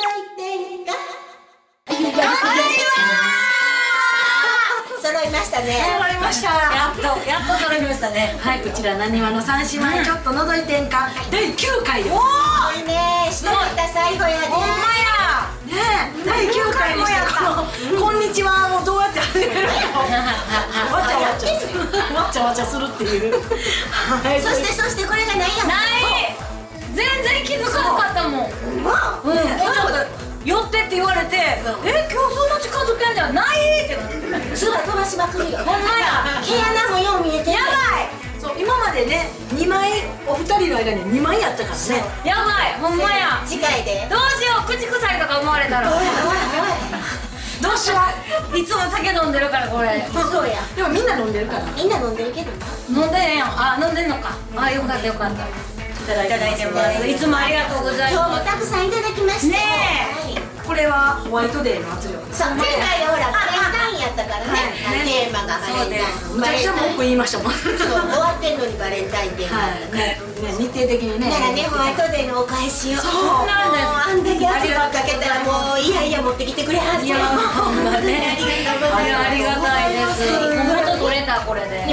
ましたやっとやっと揃いましたねはいこちらなにわの三姉妹ちょっと覗いてんか第9回ですおいね下にいた最後やねおほんまやねえ第9回にしてこの「こんにちは」もどうやって始めるかわちゃわちゃわちゃわちゃするっていうはいそしてそしてこれがないやんない全然気づかなかったもんまあうん、寄ってって言われて「え今日そんな近づけんじゃない?」ってなってほん唾ま飛ばしまくるよ毛や穴もよう見えてるやそう今までね2枚お二人の間に2枚やったからねばいやばいほんまや次回でどうしよう口臭いとか思われたらおいおいどうしよういつも酒飲んでるからこれおいそうやでもみんな飲んでるからみんな飲んでるけどな飲んでへんやんあ飲んでんのかあよかったよかったいただいてまいつもありがとうござい今日まもすたくさんいただきましたねえこれはホワイトデーの圧力そう前回はほらバレンタインやったからねテーマがバレンタインめちゃくちゃ文句バレンタイン言いましたもんそう終わってんのにバレンタインデーはだいねね日程的にねからねホワイトデーのお返しをそうなんですもうあんだけ圧力かけたらもういやいや持ってきてくれはずいやほんまねありがとうごあざいれますありほんがたいですまに元取れたこれで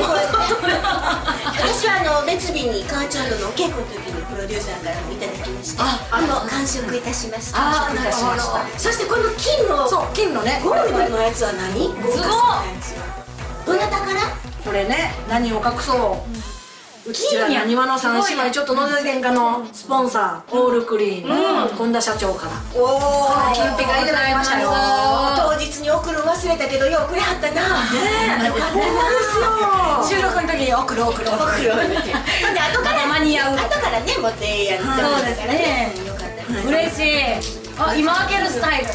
私はあの別日に母ちゃんとのお稽古の時にプロデューサーからもいただきましてああの完食いたしましたあ完食なるほどそしてこの金のそう金のねゴールドのやつは何豪華そうなやつはどなたからこれね何を隠そううちらなにわの三姉妹ちょっとのぞいてんかのスポンサーオールクリーン本田社長からおお金ピカいただきましたよ当日に送るの忘れたけどようくれはったなねよかったなすよ収録の時に送ろう送ろう送ろうってほんで後から間に合う後からね持ってやるそうですねよかった嬉しいあ今開けるスタイル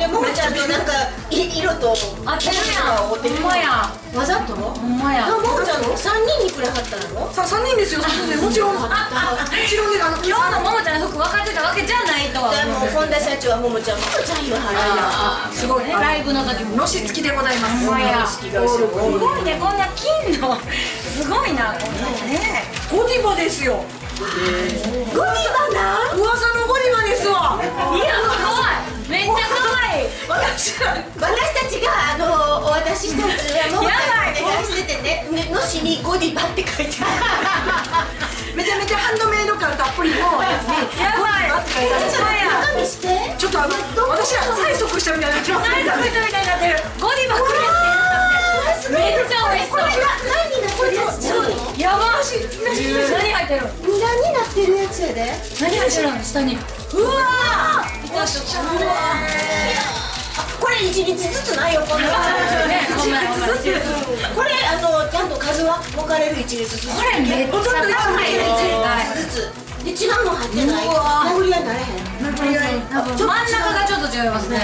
ね、ももちゃんとなんかい色と合ってるやん合ほってるんまやわざとほんまやあももちゃんの三人にくれはったのさあ3人ですよ3人でもちろんもちろんねあの今日のももちゃんの服分かってたわけじゃないとはでも本田社長はももちゃんももちゃん言わはるやんすごいねライブの時ものし付きでございますほんまやすすごいごいねこんな金のすごいなこんなねゴディバですよゴミバナ噂のゴディバですわいやすごいめっちゃ可愛い私ら私たちがあのお渡ししたやつはももちゃんにお願いしててねねのしにゴディバって書いてあるめちゃめちゃハンドメイド感たっぷりのやつにやゴデばいィバって書いてある中身してちょっとあの私ら催促したみたいになってます大学人みたいになってるゴディバくれってめっちゃ美味しこれなそ何うになってるやつちゃうのやばし何入ってるニラになってるやつやで何入ってるの下にうわー下ちょっとこれ一日ずつないよこんなねごめんごめんこれあのちゃんと数は分かれる一日ずつこれめっちゃ可愛いよ一日ずつで違うの入ってないうわ殴り合いなれへん真ん中がちょっと違いますね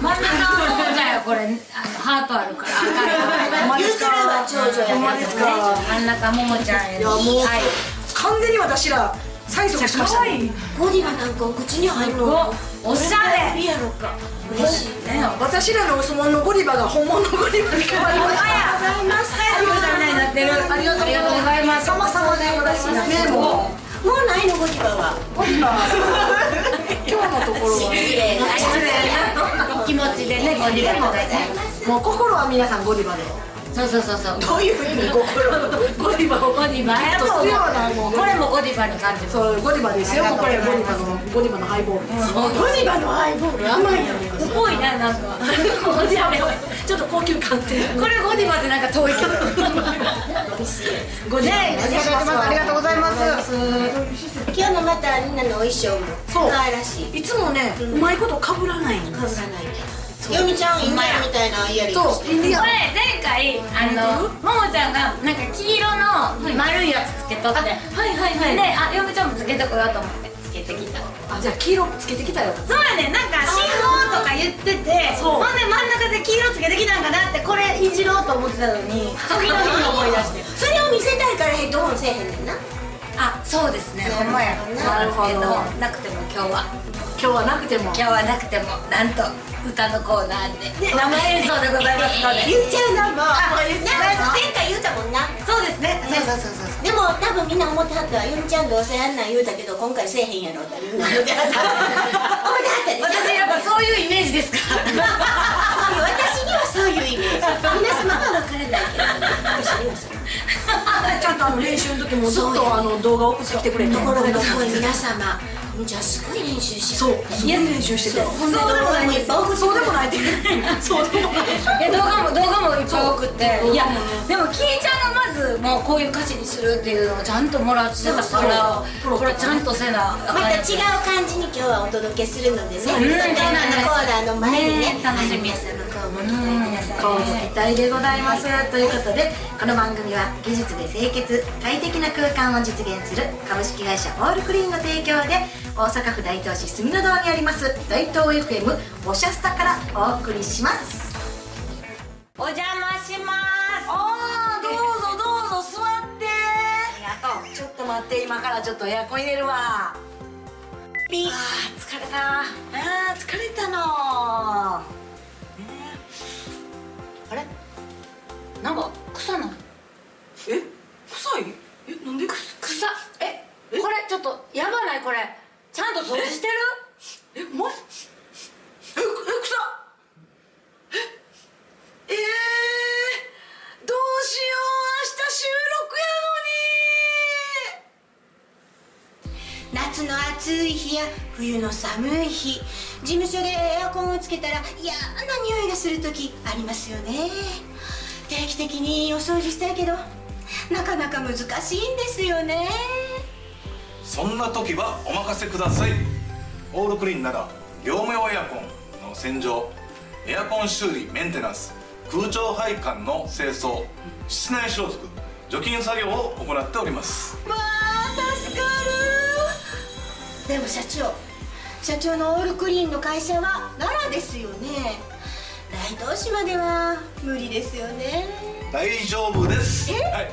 真ん中はももちゃんよこれあのハートあるから赤いまゆですずかるは長女やほんまけでどすねか真ん中ももちゃんやいやもうはい完全に私ら催促しましたねゴディバなんかお口に入るのおおしゃれいいやろか嬉しいね 私らのお相撲のゴディバが本物のゴディバに変わりましたありがとうございますありがとうございます様々でございますねももうないのゴディバはうゴディバ今日のところは綺麗なお気持ちでねご理解いただいてもう心は皆さんゴディバでそうそうそうそうどういうふうに心のゴディバをゴディバやとするようなももううこれもゴディバに感じるそうゴディバですよもうこれゴディバのゴディバのハイボールですごゴディバのハイボール甘いやろかぽいななんかゴディバのちょっと高級感っていうこれゴディバってなんか遠いけどゴディバねありがとうございます今日のまたみんなのお衣装もそう可愛らしいいつもねうまいこと被らないんかぶらないけどよみちゃんインディアンみたいなイヤリングそうしてインディこアンれ前回あのももちゃんがなんか黄色の丸いやつつけとって、はいはいはいであよみちゃんもつけとこようと思ってつけてきたあじゃあ黄色つけてきたよそうやねなんか信号とか言っててそうほんで真ん中で黄色つけてきたんかなってこれいじろうと思ってたのに次の日に思い出してそれを見せたいからヘッドホンせえへんねんなあそうですねほんまやなるほどなくても今日は今日はなくても今日はなくてもなんと歌のコーナーで生演奏でございますので言っちゃうなもうあなんか前回言うたもんなそうですねそうそうそうそうでも多分みんな思ってはったわよみちゃんどうせあんなん言うたけど今回せえへんやろってみんな思 ってはった思ってはったで私やっぱそういうイメージですからそういう私にはそういうイメイメージ 皆様は分からないけど私皆様ちゃんとあの練習の時もずっとあの動画送ってきてくれてところがすごい皆様じゃあすごい練習しそうすごい練習しててそうでもないんですよそうでもないってそうでもない え動画も動画もいっぱい送ってそういやでもキイちゃんがまずもうこういう歌詞にするっていうのをちゃんともらってたからそうそうこれちゃんとせなあかんまた違う感じに今日はお届けするのでねそうんれからのコーナーの前にねね楽しみ皆様今日もお聞きください今期待でございますということでこの番組は技術で清潔快適な空間を実現する株式会社オールクリーンの提供で大阪府大東市住の堂にあります大東 FM おしゃスタからお送りしますお邪魔しますあーどうぞどうぞ座ってありがとうちょっと待って今からちょっとエアコン入れるわピあー疲れたあー疲れたのあれなんか臭ないえ臭いえなんで臭っえこれちょっとやばないこれちゃんと掃除してるえまええ臭っええー、どうしよう明日収夏の録やのに暑い日や冬の寒い日事務所でエアコンをつけたら嫌な匂いがする時ありますよね定期的にお掃除したいけどなかなか難しいんですよねそんな時はお任せくださいオールクリーンなら業務用エアコンの洗浄エアコン修理メンテナンス空調配管の清掃室内消毒除菌作業を行っておりますわあ助かるでも社長社長のオールクリーンの会社は奈良ですよね大東市までは無理ですよね大丈夫です、はい、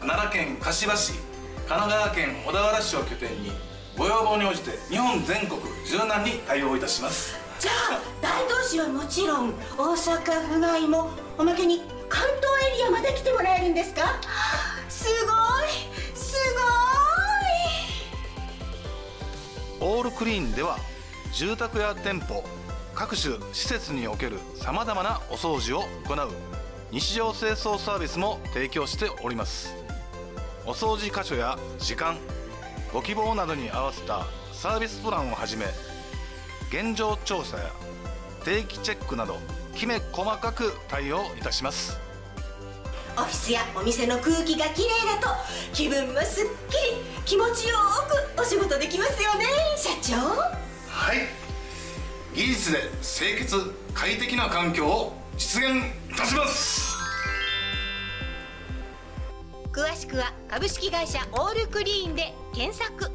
奈良県柏市神奈川県小田原市を拠点にご要望に応じて日本全国柔軟に対応いたしますじゃあ大東市はもちろん大阪府外もおまけに関東エリアまで来てもらえるんですかすごいすオールクリーンでは住宅や店舗各種施設におけるさまざまなお掃除を行う日常清掃サービスも提供しておりますお掃除箇所や時間ご希望などに合わせたサービスプランをはじめ現状調査や定期チェックなどきめ細かく対応いたしますごいオフィスやお店の空気がきれいだと気分もすっきり気持ちよくお仕事できますよね社長はい技術で清潔快適な環境を実現いたします詳しくは株式会社オールクリーンで検索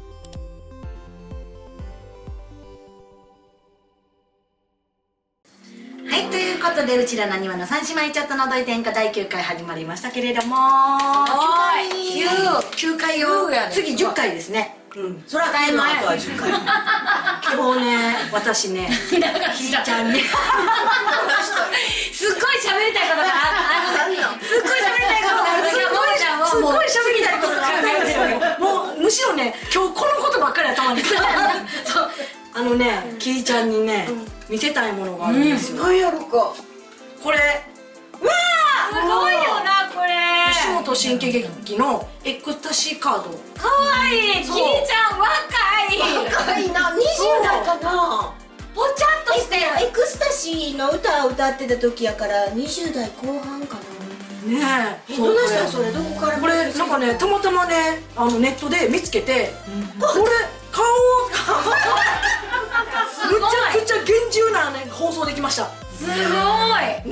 はいということでうちらなにわの三姉妹ちょっと覗いてんか第9回始まりましたけれども9回を次10回ですねうんそれは大前あとは10回今日ね私ねひいちゃんねすっごい喋りたいことがあるすっごい喋りたいことがあるすごいじゃんすっもうごい喋りたいことがあったんですよもうむしろね今日このことばっかり頭にそうあのねきいちゃんにね見せたいものがあるんですよ何やろかこれすごいよなこれ吉本新喜劇のエクスタシーカードかわいいきいちそうゃん若若いいな20代かなぽちゃっとしてエクスタシーの歌を歌ってた時やから20代後半かなねええどないしたんそれどこからこれなんかねたまたまねあのネットで見つけて、これ顔をむちゃくちゃ厳重な、ね、放送できましたすごいねね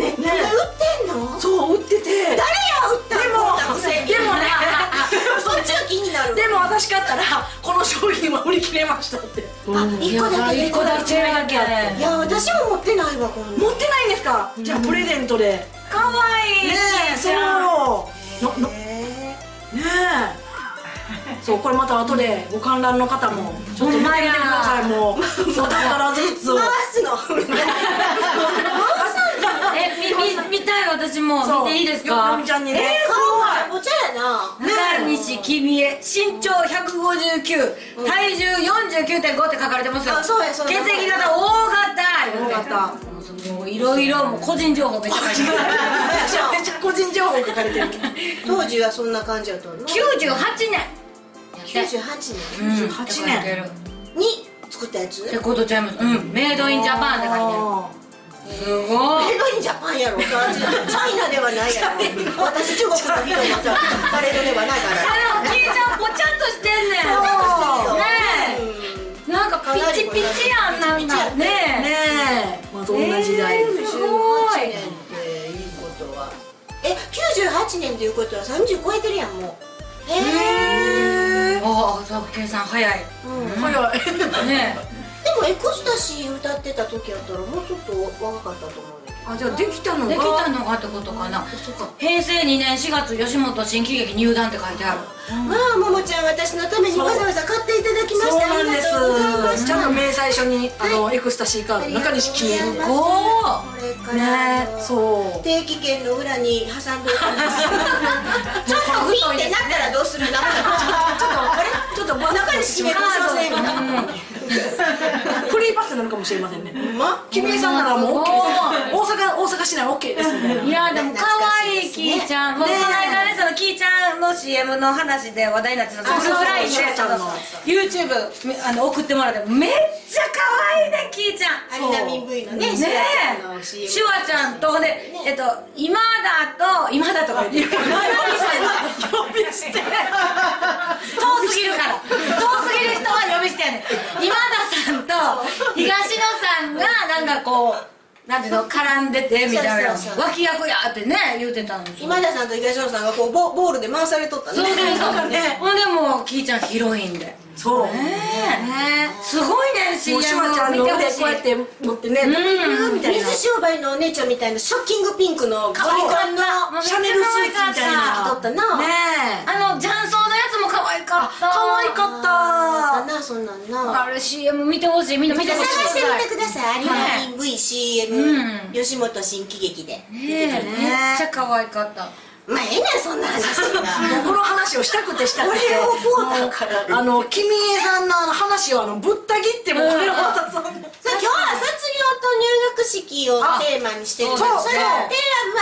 え売ってんのそう売ってて誰や売ったでのこんなも無線でもねそっちが気になるでも私買ったらこの商品は売り切れましたってあ一個だけ一個だけだけあいや私も持ってないわこんな持ってないんですか、じゃあプレゼントでねかわいいえそうののえねえそうこれまた後でご観覧の方もちょっと見てみてくださいもうお宝ずつを回すのえ、み、み、見たい私もそう見ていいですよよかみちゃんにね顔もお茶や な中西君江身長159、体重49.5って書かれてますよあそうやそうや血液型 O 型おもろかったもういろいろもう個人情報めっちゃ書いてあるめちゃめちゃ個人情報書かれてるけど当時はそんな感じだったの98年98年うん98年書いてあるに作ったやつってことちゃいますうんメイドインジャパンって書いてああるすごいメイドインジャパンやろ感じチャイナではないやろ私中国の人になったらパレードではないからあでもキイちゃんぽちゃんとしてんねんねえなんかピチピチやんなんかねーねえまあどんな時代えーすごい98年っていうことはえ98年っていうことは30超えてるやんもうへええああそう計算早い早いねでもエクスタシー歌ってた時やったらもうちょっと若かったと思うんだけあじゃあできたのえができたのがってことかな平成2年4月吉本新喜劇入団って書いてあるどまあももちゃん私のためにわざわざ買っていただきましそうたあなりんでがとうございますすちゃんと明細書にあのエクスタシーカード中西君ありがとうねございおーますこれからのそう定期券の裏に 挟んでおきますちょっとフィンってなったらどうする んだちょっとあれちょっとま中に締め込みませんみたいなフリーパスになるかもしれませんねま君江さんならもう OK です大阪大阪市内 OK ですみたいないやでも可愛いキイちゃん、もうこの間ねそのキイちゃんの CM の話で話題になってたそうそうラインでそうそうそう YouTube めあの送ってもらってめっちゃ可愛いねキイちゃんアリナミン V のねねシュワちゃんのえ CM シュワちゃんとねえっと今だと今だとか言ってる呼び捨て遠すぎるから遠すぎる人は呼び捨てやねん今田さんと東野さんがなんかこうなんていうの絡んでてみたいなそうそうそう脇役やってね言ってたんですよ今田さんと東野さんがこうボボールで回されとったそうそうなそんうかねほんでもうキイちゃんヒロインでそうねえすごいねも CM うシュワちゃんのを見腕こてほしいうやって持ってねうんみたいな水商売のお姉ちゃんみたいなショッキングピンクの可愛かったもうめっちシゃャネルスーツみたいな着とったなねえあの雀荘のやつも可愛かった可愛かったあなそんなんなあれ CM 見てほしいみんな見てほ探しいしてみてください。アリはいナミン VCM、うん吉本新喜劇で。ねえめっちゃ可愛かったまあ、ええねん、そんな 話は。もうこの話をしたくてしたくて俺をこうだからもうあの君江さんのあの話をあのぶった切ってもうこれはまたそんなさあ今日は卒業と入学式をテーマにしてるんですあそれをそうテー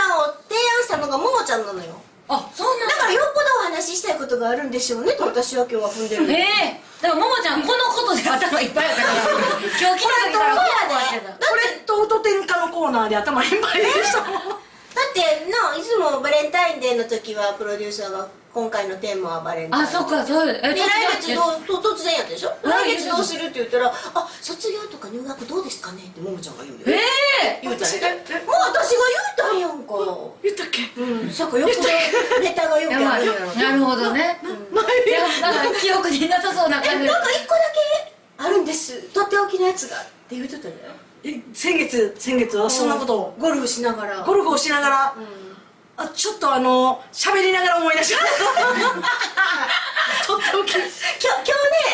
マを提案したのがももちゃんなのよあそうなんだだからよっぽどお話ししたいことがあるんでしょうねと私は今日は踏んでるええだからももちゃんこのことで頭いっぱいやっ たから今日来た時これとからワクワクしてたこれと音転換のコーナーで頭いっぱいでしたもんだってないつもバレンタインデーの時はプロデューサーが今回のテーマはバレンタインあそっかそうえでちょっと来待っ月てどうと突然やったでしょうん来月どうするって言ったら「あ卒業とか入学どうですかね?」ってももちゃんが言うよええ言うたんやもう私が言うたんやんか言ったっけうんそっかよくネタがよくやあばるいんやろなるほどねいやなんか記憶になさそうな感えじなんか一個だけあるんですとっておきのやつがって言うてたんだよえ先月先月はそんなことをゴルフしながらゴルフをしながら、あちょっとあの喋りながら思い出 したとっておききょ今日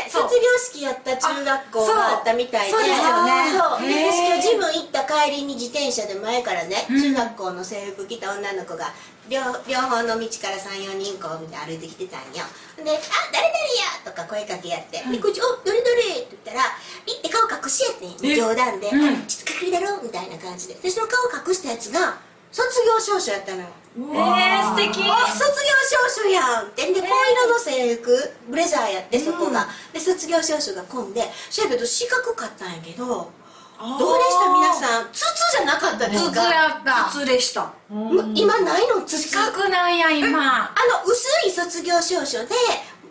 ねそう卒業式やった中学校あそうがあったみたいでそうですよねあーそうでへー私今日ジム行った帰りに自転車で前からね、中学校の制服着た女の子が両両方の道から34人こう見て歩いてきてたんよで「あ誰々や!」とか声かけやって「でこっちおどれどれ?」って言ったら「行って顔隠しやってん冗談で、ちょっと隠れだろ」みたいな感じででその顔隠したやつが卒業証書やったのよええ素敵あ卒業証書やんってで紺色の制服ブレザーやってそこが、で卒業証書が紺でそやけど四角かったんやけどどうでした皆さん筒じゃなかったです筒かやった普通でしたむ今ないの筒近くなんや今あの薄い卒業証書で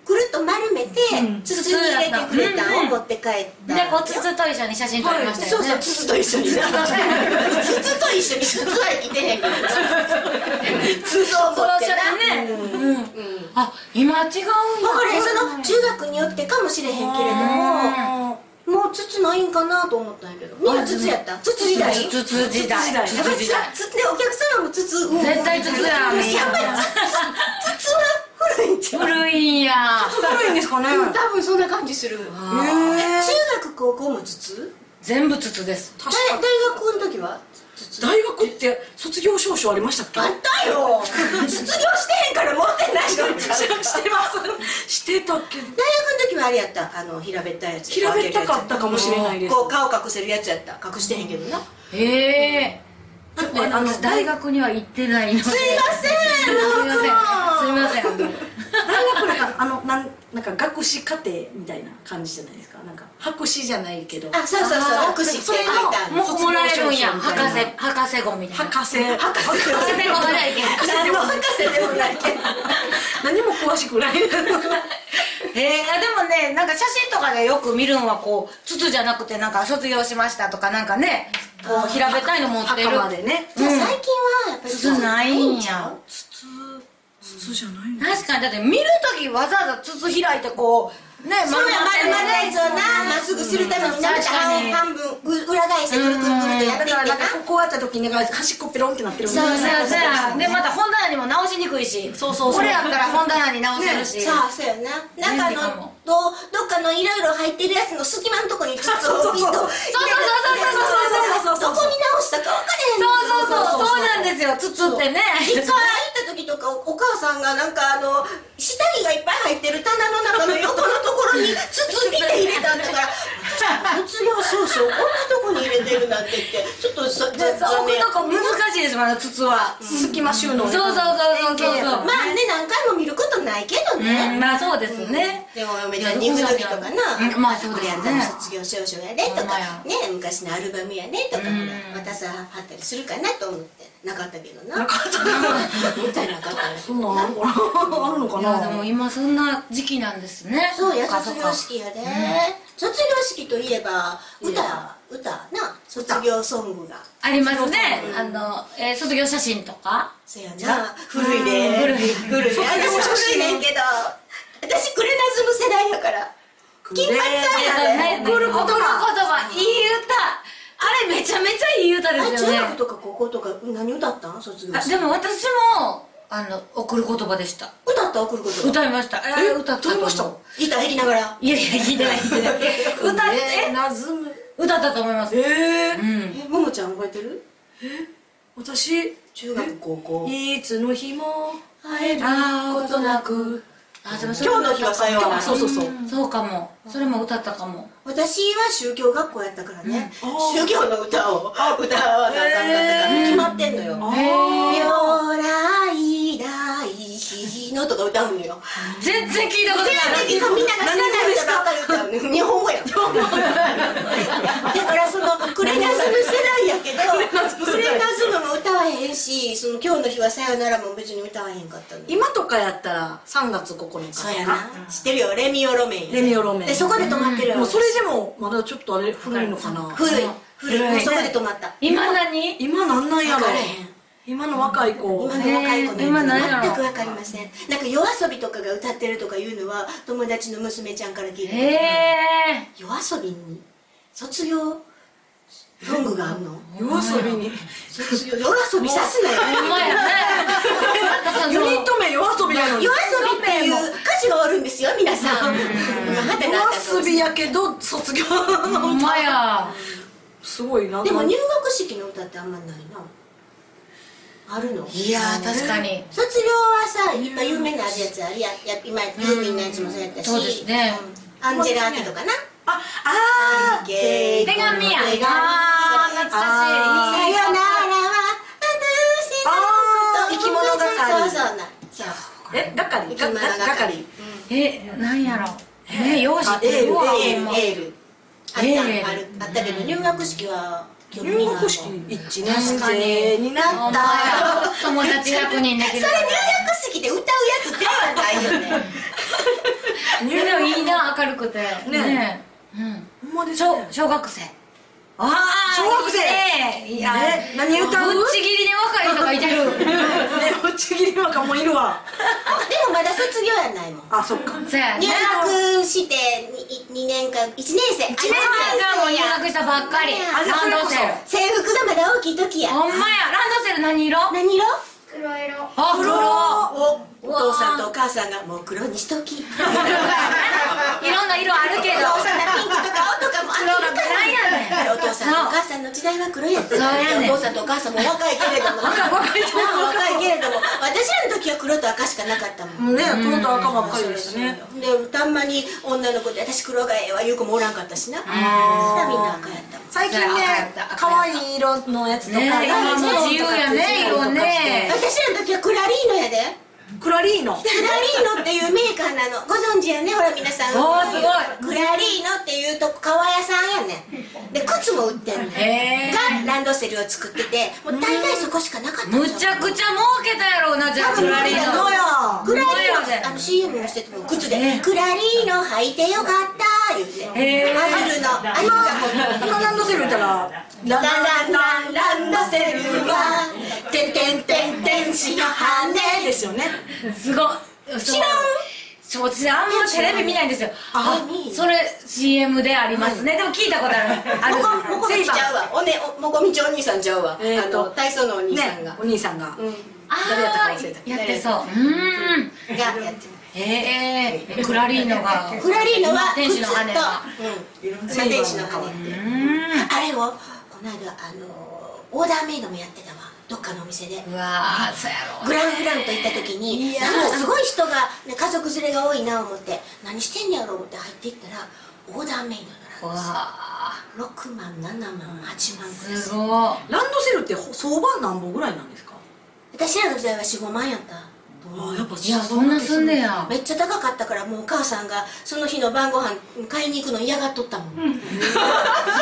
くるっと丸めて筒に入れてくれたんを持って帰ったでんよこう筒と一緒に写真撮りましたそようねそう筒と一緒にな筒と一緒に筒は生きてへんから 筒を持このって写な真ねうんうんあ今違うんやわかれその中学によってかもしれへんけれどももう筒ないんかなと思ったんやけどみんな筒やった筒時代筒筒時代筒時やっぱ筒り時つ代つねお客様も筒うん絶対筒やうんやっぱり筒筒は古いんちゃう古いんや古いんですかねうん多分そんな感じするえ中学高校も筒全部筒です大確かに大学の時は筒大学って卒業証書ありましたっけあったよ 卒業してへんから持ってないのちゃうしてますしてたっけ大ど学の時はのあれやったあの平べったいやつ平べったかったかもしれないですこう顔隠せるやつやった隠してへんけどなへえだってああのの大大学には行ってないのですいませんすみませんすみませんあの大学なんかあのなんなんか学士課程みたいな感じじゃないですかなんか博士じゃないけどあそうそうそう学士そっれて書いたのの卒業もらえるんや証書みたい博な士博士号みたいな博士博士博士号まだいけない何の博士でもないけど何も詳しくないへえでもねなんか写真とかでよく見るのはこう筒じゃなくてなんか卒業しましたとかなんかねこう平べったいの持ってる袴でねじゃあ最近はやっぱり筒ないんや筒筒じゃない確かにだって見るときわざわざ筒開いてこうねそうや丸まるやつをなまっすぐするためにな確かに半分う裏返してくるくるくるとやっていだってからななんかこうやった時になんか端っこペロンってなってるもんそうねそうそうでまた本棚にも直しにくいしそうそうそうこれやったら本棚に直せるし、さあそうやななんか便利あかのもどどっかのいろいろ入ってるやつの隙間のとこに筒を置いとそうそうそうそうそうそうそうそうそうそうそうそうそうそうどこに直したか分からへんそのうそうそうそうなんですよ筒ってね一回行った時とかおお母さんがなんかあの下着がいっぱい入ってる棚の中の横のところに筒ピて入れたんだから卒業証書をこんなとこに入れてるなんて言ってちょっとそざで残そう置念くとこ難しいですまだ筒は、隙間収納そうそうそうそうそう円形やそうかまあね何回も見ることないけどうんね、まあそうですね、でもお嫁ちゃんに行く時とかな、うんまあそうでこすねれやったら卒業証書やねとほんかまやね昔のアルバムやねとかまたさあったりするかなと思ってなかったけどななかったもったいなかったねそんなんあるかなあるのかいなやでも今そんな時期なんですねそうやっかそっ卒か業式やで、卒業式といえば歌歌な卒業ソングがありますねあの、えー卒業写真とかそやな古いで古い古いで私古いねんけど私クレナズム世代やから金髪さんやで来る言葉来る言葉いい歌あれめちゃめちゃいい歌ですよね中学とか高校とか何歌ったん卒業あ式でも私もあの送る言葉でした歌った送ること歌いましたえー歌ったと思うギター弾きながらいやいや聞いてない聞いてない歌ってなずむ歌ったと思いますええうんえももちゃん覚えてる私中学高校いつの日も会えるあことなくあでもそれ今日の日はさようならそうそうそうそうかもそれも歌ったかも私は宗教学校やったからね、うんあー宗教の歌を歌わなあかんかったから決まってんのよ「あよ来来日の」とか歌うのよ全然聞いたことない全然みんなが知らない歌ばっかり歌うの よ日本語やんだからそのクレナズム世代やけどクレナズムも歌わへんしその「今日の日はさよなら」も別に歌わへんかったのよ今とかやったら3月9日そうやな知ってるよレミオロメンやねレミオロメンでそこで止まってるよもうそれでもまだちょっとあれ古いのかな古い古い古いもうそこで止まった今何今なんなんやろわからへん今の若い子今の若い子のやつね全くわかりませんなんか夜遊びとかが歌ってるとかいうのは友達の娘ちゃんから聞いたへえ夜遊びに卒業ソングがあんの夜遊びに卒 業夜遊びさすなよほんまやねユニット名夜遊びなのに夜遊びっていう歌詞があるんですよ皆さんはてなった顔夜遊びやけど卒業のほんまやすごいなでも入学式の歌ってあんまないなあるのいやー確かに卒業はさいっぱい有名なやつあるやや今ユーミンのやつもそうやったし、そうですねうんアンジェラーテとかなああー手手紙や手紙あーさ懐かしいよならはあ私ーの生き物そう係そうなそうえ係生きが物が係えなんやろえよう知ってエーるルわエーほんまルエールあエっールたあるあったけど入学式は興味ない入わ学式それ入一年生になほんっまたや友達100人できる学式で歌うやつではないよねでもいいな明るくてねうんほんまです小ね小学生ああ小学生いいねいやね何歌うぶっちぎりで若い人がいて るねぶっちぎり若もいるわでもまだ卒業やないもんあそっかそうや入ね学して2年間1年生1年一番がもう入学したばっかりあじゃあランドセル制服がまだ大きい時やほんまやランドセル何色何色あ黒おお父さんとお母さんがもう黒にしときお父さんがいろんな色あるけどピンクとか青とかもあげるから黒がないやねんお父さんとお母母さんの時代は黒いやつうやねんお父さんとお母さんも若いけれども若い若いけれども私らの時は黒と赤しかなかったもんね黒と赤ばっかりでしたねでたんまに女の子で私黒がええわ言う子もおらんかったしなそしたらみんな赤やったもん最近ね赤やった赤や可愛い色のやつとかねえ今もう自由やね色ね私らの時はクラリーノやでクラリーノクラリーノっていうメーカーなのご存知やねほら皆さんおーすごいクラリーノっていうとこ革屋さんやねんで靴も売ってんのへえがランドセルを作っててもう大概そこしかなかったんむちちゃゃくちゃ儲けたやろうなじゃあ多分クラリー儲けたノのよクラリすごいよねーノあの CM をしてても靴で「クラリーノ履いてよかった」言うてへえアヒルのアヒルがこう今ランドセルいたらラララランランドセルはてんてんてんてんしの羽でですすよねすごい知らんそう私あんまテレビ見ないんですよあそれ CM でありますねでも聞いたことあるあるもこもこみちゃうわおねおもこみちお兄さんちゃうわ、えーとあの体操のお兄さんが、ねお兄さんがうん誰やったかあ忘れたーやってそううーんがやってるへえクラリーノがクラリーノは天使の羽がうん馬天使の羽っていうあれをこの間あのオーダーメイドもやってたわどっかのお店でうわーそうやろうグランフランと行った時になんかすごい人が、ね、家族連れが多いな思って何してんねやろ思って入っていったらオーダーメイドうのランわドセル6万7万8万ーすごいランドセルって相場何本ぐらいなんですか私らの時代は45万やったああやっぱいやそんな住んでやめっちゃ高かったからもうお母さんがその日の晩ご飯買いに行くの嫌がっとったもん、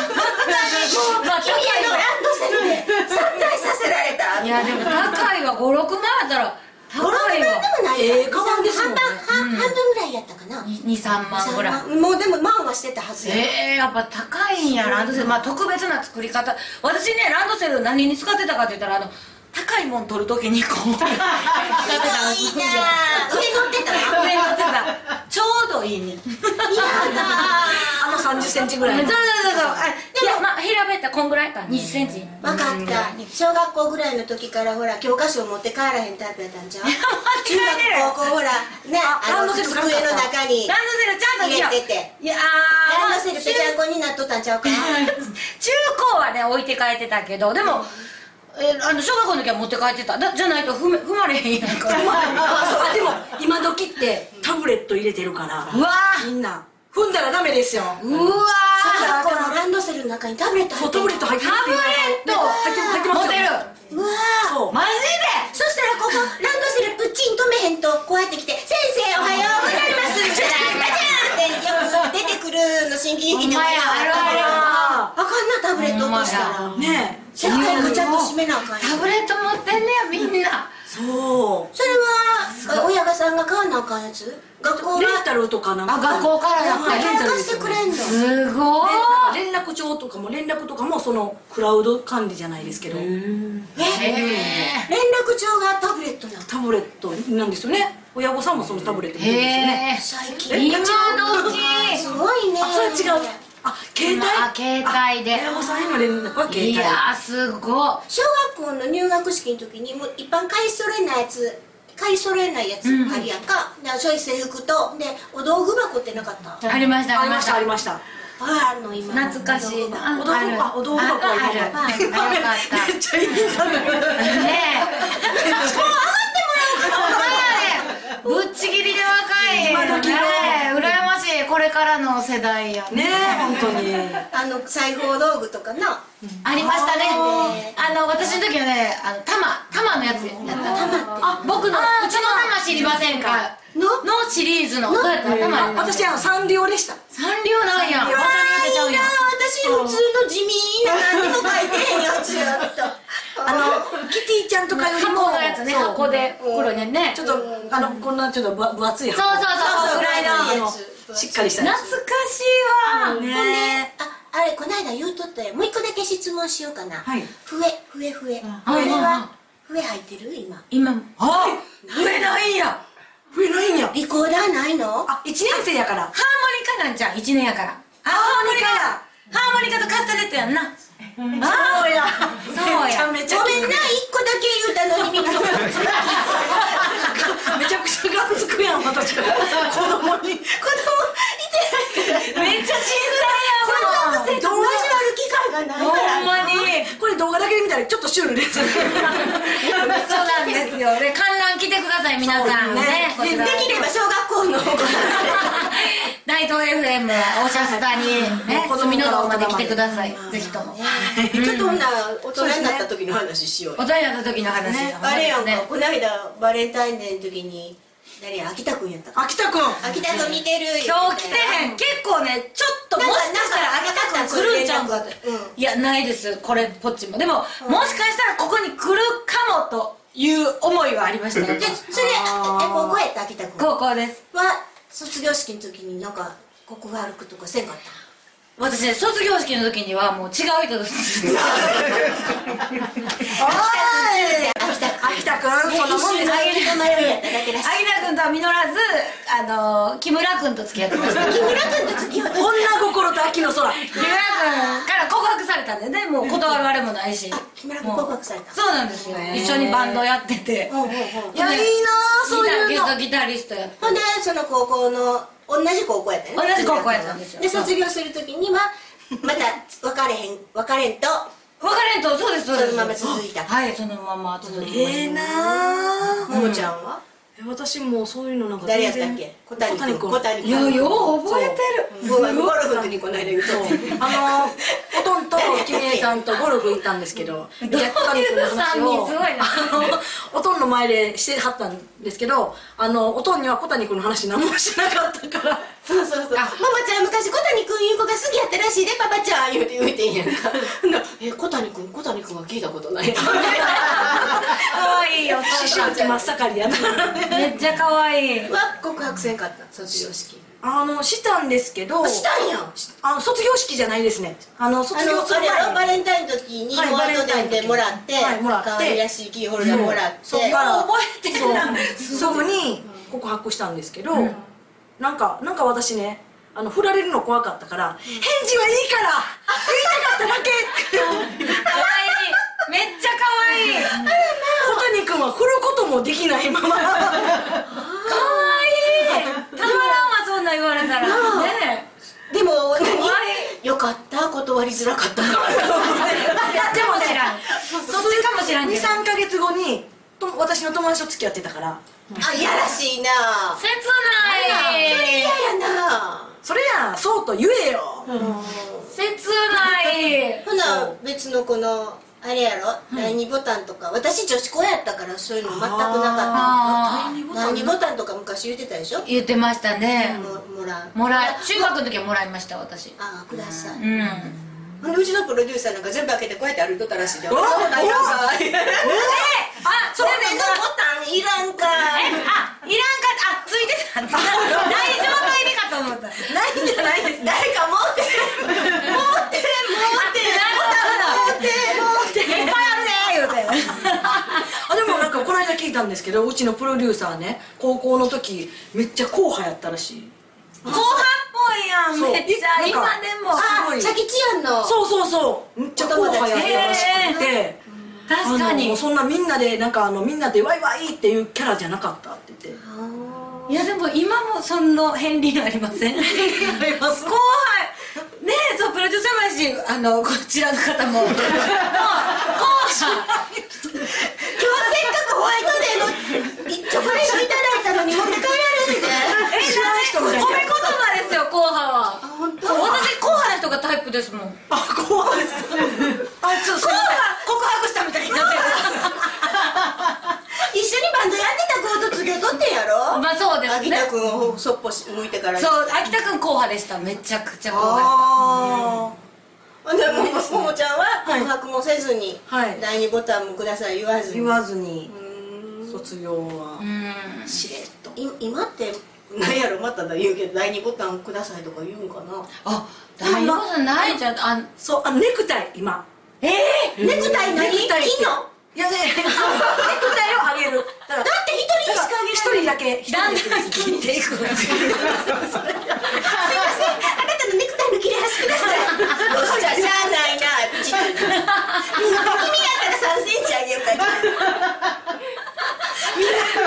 君あのランまあドセルで散財させられたいやでも高いわ56万やったら56万高いでわもないええカバンですもんね半分半分ぐらいやったかな23万ぐらい3万もうでも万はしてたはずや、えー、やっぱ高いんやランドセルまあ特別な作り方私ねランドセル何に使ってたかって言ったらあの高いもん取るときにこ う使ってたのいいなぁ上乗ってたな上に乗ってたちょうどいいねやだあの3 0ンチぐそうらそいうのそうそうあでもまあ平べったこんぐらいか2 0ンチ分かった小学校ぐらいの時からほら教科書を持って帰らへんタイプやったんじゃん中学高校ほらねあランのドセル机使うのんだ中にランドセルちゃんと入れてていやーランドセルぺちゃんこになっとったんちゃうか中高はね置いて帰ってたけどでも、えーあの小学校の時は持って帰ってただじゃないと踏め踏まれへんやんかあそうでも今時ってタブレット入れてるからうわみんな踏んだらダメですようわ小学校のランドセルの中にタブレット入そうってタるブレット入ってるタブレット入ってる入ってますよ持てうわーそうマジでそしたらここランドセルプッチン止めへんとこうやって来て「先生おはよ うございます」「じゃゃんってよく出てくるの新喜劇でもやほんまやあるあかんなタブレット落としたほんらまねえ社会がちゃんと閉めなあかんタよブレット持ってんねやみんなそうそれは親がさんが買わなあかんやつ学校がレンタルとかなんかあ学校からやっはぱいりレンタルで貸しすてよくねれんのすでごなんかい連絡帳とかも連絡とかもそのクラウド管理じゃないですけどえ連へ絡帳がタブレットなのタブレットなんですよね親御さんもそのタブレットえ見てるんですよね最近今時すごいねあそれは違うあ携帯あ携帯で親御さんへの連絡は携帯いやーすごい小学校の入学式の時にもう一般買い揃えないやつ買い揃えないやつあるやんか、でそういう制服とでお道具箱ってなかったありましたありましたありま したあるの今懐かしいなお道具箱お道具箱ああはる今あるあよかっためっちゃいいなねえもう上がってもらうからねぶっちぎりで若い今時のねえ羨ましいこれからの世代やねえ本当にあの裁縫道具とかなありましたねねあの私の時はねあの玉玉のやつやったあ僕のうちの玉知りませんかののシリーズのどうやった玉あ私あのサンリオでしたサンリオなんやサンリオちゃういややん私普通の地味な何にも書いてへんやつや ったあのキティちゃんとかよりも箱のやつねそう箱で袋にねちょっとあのこんなちょっと分分厚いそうそうそうぐらいのあのしっかりしたや懐つかしいわねほんでああれこの間言うとったよもう一個だけ質問しようかな、はい笛笛笛笛うんは笛入ってる今今あ増えないんや増えないんやリコーダーないのあ一1年生やからハーモニカなんじゃん1年やからハーモニカハーモニカとカスタネットやんなあそうやそうやめちゃめちゃごめんな一個だけ言うたのにみんなめちゃくちゃがっつくやん私子供子供いにてないからめっちゃ心そんな配やもこんと交わる機会がないからほんまやりちょっとシュールですよねそうなんですよ。で観覧来てください皆さんね。こちでらできれば小学校の方が大東 FM はおしゃスタにね、子供から隅の堂まで来てください。ぜひとも。ちょっとほんなら大人になった時の話しようよお便りの時の話ねのあれ話でやすんかね。この間バレンタインデーの時に誰や秋田君やったか秋田君秋田君見てる今日来てへん。結構ね、ちょっともしかしたらなんかなんか秋田くん来るんちゃうかうんいや、ないです。これ、こっちも。でも、もしかしたらここに来るかもという思いはありましたよで。それえ高校やった秋田君高校です。は卒業式の時になんかここが歩くとかせんかった私ね、卒業式の時にはもう違う人と す。秋田君秋田君そんなもんで一緒にす歩き止まるやっただけだしアイナ君とは実らず、あの、木村君と付き合ってました。木村君と付き合うと女心と秋の空木村君から告白されたんでねもう断るあれもないし木村君告白されたそうなんですよ一緒にバンドやっててうんうんうんいやいいなあそういうギのターゲストギタリストやってほんでその高校の同じ高校やったよね同じ高校やったんですよで卒業する時にはまた別れへん別れんと別れんとそうですそうですそのまま続いたはいそのまま続きまええしなあももちゃんはえ私もうそういうのなんか誰や全ったっけ小然谷君小小谷谷た君いやよう覚えてるゴルフの時にこの間言うとそうあのおとんときみえさんとゴルフ行ったんですけどどういう三人すごいなあのおとんの前でしてはったんですけどあのおとんには小谷君の話何もしなかったからそうそうそうママちゃん昔小谷君いう子が好きやったらしいでパパちゃん言うて言うてんやんかほんならえ小谷君小谷君は聞いたことない可愛いよ思春期真っ盛りやっためっちゃ可愛いは告白せんかった卒業式あのしたんですけどあしたんやんあの卒業式じゃないですねあのあ卒の業すあるれやろバ前にレンタインの時にはいホワイトデバレンタインーでの時もらってはいもらって可愛らしいキーホルダーもらってそっから覚えてるなそうすぐに告白したんですけど、なんかなんか私ねあの振られるの怖かったから、返事はいいから言いたかっただけって可愛いめっちゃ可愛い小谷君は振ることもできないまま可愛いたまらんわそんな言われたらねでも怖いよかった断りづらかったいやでも知らんそっちかもしらんけど23か月後にと私の友達と付き合ってたからあいやらしいな切嫌ないやなそれやそうと言えよ、切ないほな別のこのあれやろ第二ボタンとか私女子校やったからそういうの全くなかっあーた第二ボタンとか昔言ってたでしょ言ってましたねももらうもらい中学の時はもらいました私ああくださいうんほんでうちのプロデューサーなんか全部開けてこうやって歩いとったらしいでお俺ーもなんかさあそれでタンいらんかえあいらんかあついてたんだない状態でかと思ったなないいんじゃないです誰か持って持ってほどいっぱいあるね言うてあでもなんかこの間聞いたんですけどうちのプロデューサーね高校の時めっちゃ硬派やったらしい後半っぽいやんめっちゃそう今でもなんか持ってあチャキチアンのそうそうそうめっちゃ硬派やったらしくて、確かあにのそんなみんなでなんかあのみんなでワイワイっていうキャラじゃなかったって言っていやでも今もその片鱗ありません後輩ねえそうプロデューサーもやしあのこちらの方ももう後今日せっかくホワ輩イトデーのチョコレートいただいたのに持って帰られて知らない人みたい褒め言葉ですよ後輩は本当そう私後輩の人がタイプですもんあ怖いですあちょっと告白したみたいになってる一緒にバンドやってた子と次を取ってんやろまあそうです秋ね田君をそっぽし向いてからそう秋田君後派でしためちゃくちゃ後輩あほんでももももちゃんは告白もせずに、はい第二ボタンもください言わーずに言わずに卒業うはんしれっとい今ってなんやろまただ言うけど第二ボタンくださいとか言うんかなあ大丈夫ないじゃんあそうあネクタイ今ええネクタイ何ネクタイって金のいやねネクタイをあげるだからだって一人しかあげられない一人だけ一人だんけだん切っていすくいませんあなたのネクタイの切れ端くださいどうしちゃしゃあないなちっ耳やったら3センチあげようか な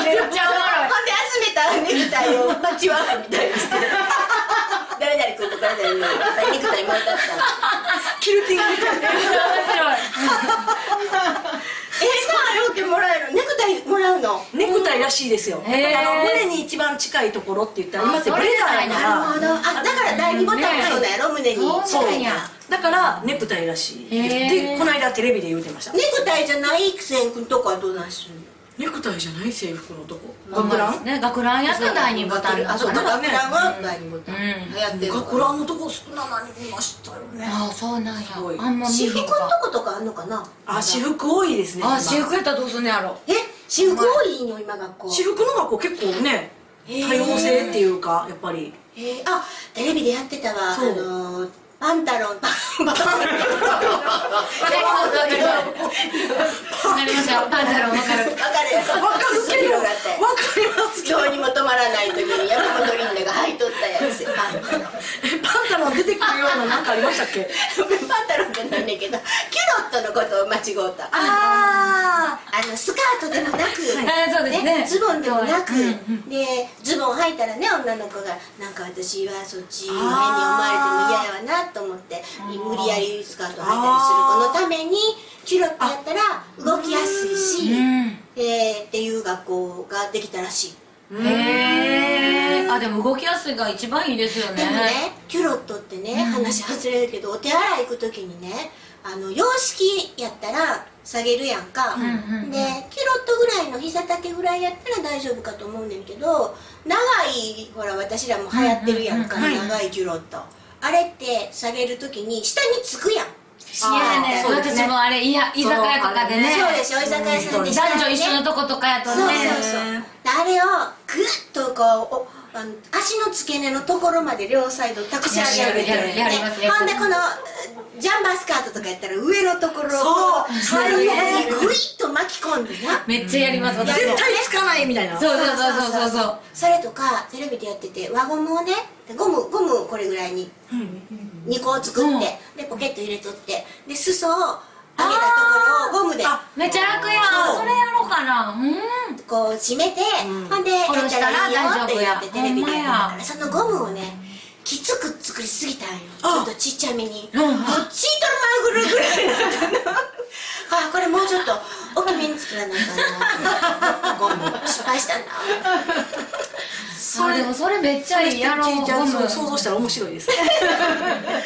めっちゃおもろいほんで集めたネクタイをパッチワークみたいにして誰々君と誰々にネクタイもらったったキルティングみたいな面白いらしいですよあへのー胸に一番近いところって言ったら今ってブレザーやなるほかどあだから第2ボタンがそうだよ、胸にネらそうそうなんやだからネクタイらしいへでーでこの間テレビで言うてましたクタイじゃない千君とかはどうなんするのネクタイじゃない制服のとこ学ランね学ランやった第二ボタンだあそうかだらからねは第2ボタンうん流行ってる学ランのとこ少ななにいましたよねああそうなんやすごいあんま見私えへ服んのとかことかあんのかなあ私服多いですねあ今あ私服やったらどうすんのや ろえ私服多いの今学校私服の学校結構ねへー多様性っていうかやっぱりえー、あテレビでやってたわあそうのーパンタロンパンパ ンわかりますわかりますわかりますよパンダロわンわかるかるわかるけどだってわかりますけどどうにも止まらない時に山本リンダが履いとったやつパンタロンえパンタロン出てくるようななんかありましたっけパンタロンじゃないんだけどキュロットのことを間違うたああのスカートでもなく、はいそうですねズボンでもなく、うんでズボン履いたらね女の子がなんか私はそっち上に思われても嫌やわなと思って無理やりスカート履いたりする子のためにキュロットやったら動きやすいし、うんえーっていう学校ができたらしい。へえあでも動きやすいが一番いいですよねでもね、キュロットってね、話外れるけどお手洗い行く時にねあの洋式やったら下げるやんか、んうんうんでキュロットぐらいの膝丈ぐらいやったら大丈夫かと思うねんけど長いほら私らも流行ってるやんか、うんうんうんはい長いキュロットあれって下げる時に下につくやん、いやねそうですね私もあれいや居酒屋とかでねそうでしょ居酒屋さんで下に男女ね一緒のとことかやとそうねそうそうあれをグッとこうおあの足の付け根のところまで両サイドたくし上げるやるやるやりますねほんでこのえジャンバースカートとかやったら上のところをこうそう体にグイッと巻き込んでなめっちゃやります私絶も対つかないみたいなそうそうそうそうそうそうそれとかテレビでやってて輪ゴムをねゴムゴムをこれぐらいに2個作って、うんでポケット入れとってで裾を上げたところをゴムであめっちゃ楽やそんうそれやろうかなうんこう締めて、うんほんでや下ろっしたたららいいよって言って大丈夫やテレビでやるほんまかやらそのゴムをねきつく作りすぎたんよちょあっとちっちゃめにうんうんこっちとる前ぐらいぐらいになったのあこれもうちょっと大きめに作らないかなゴム失敗したなそれでもそれめっちゃいいやろ聞いちゃゴうムそう想像したら面白いです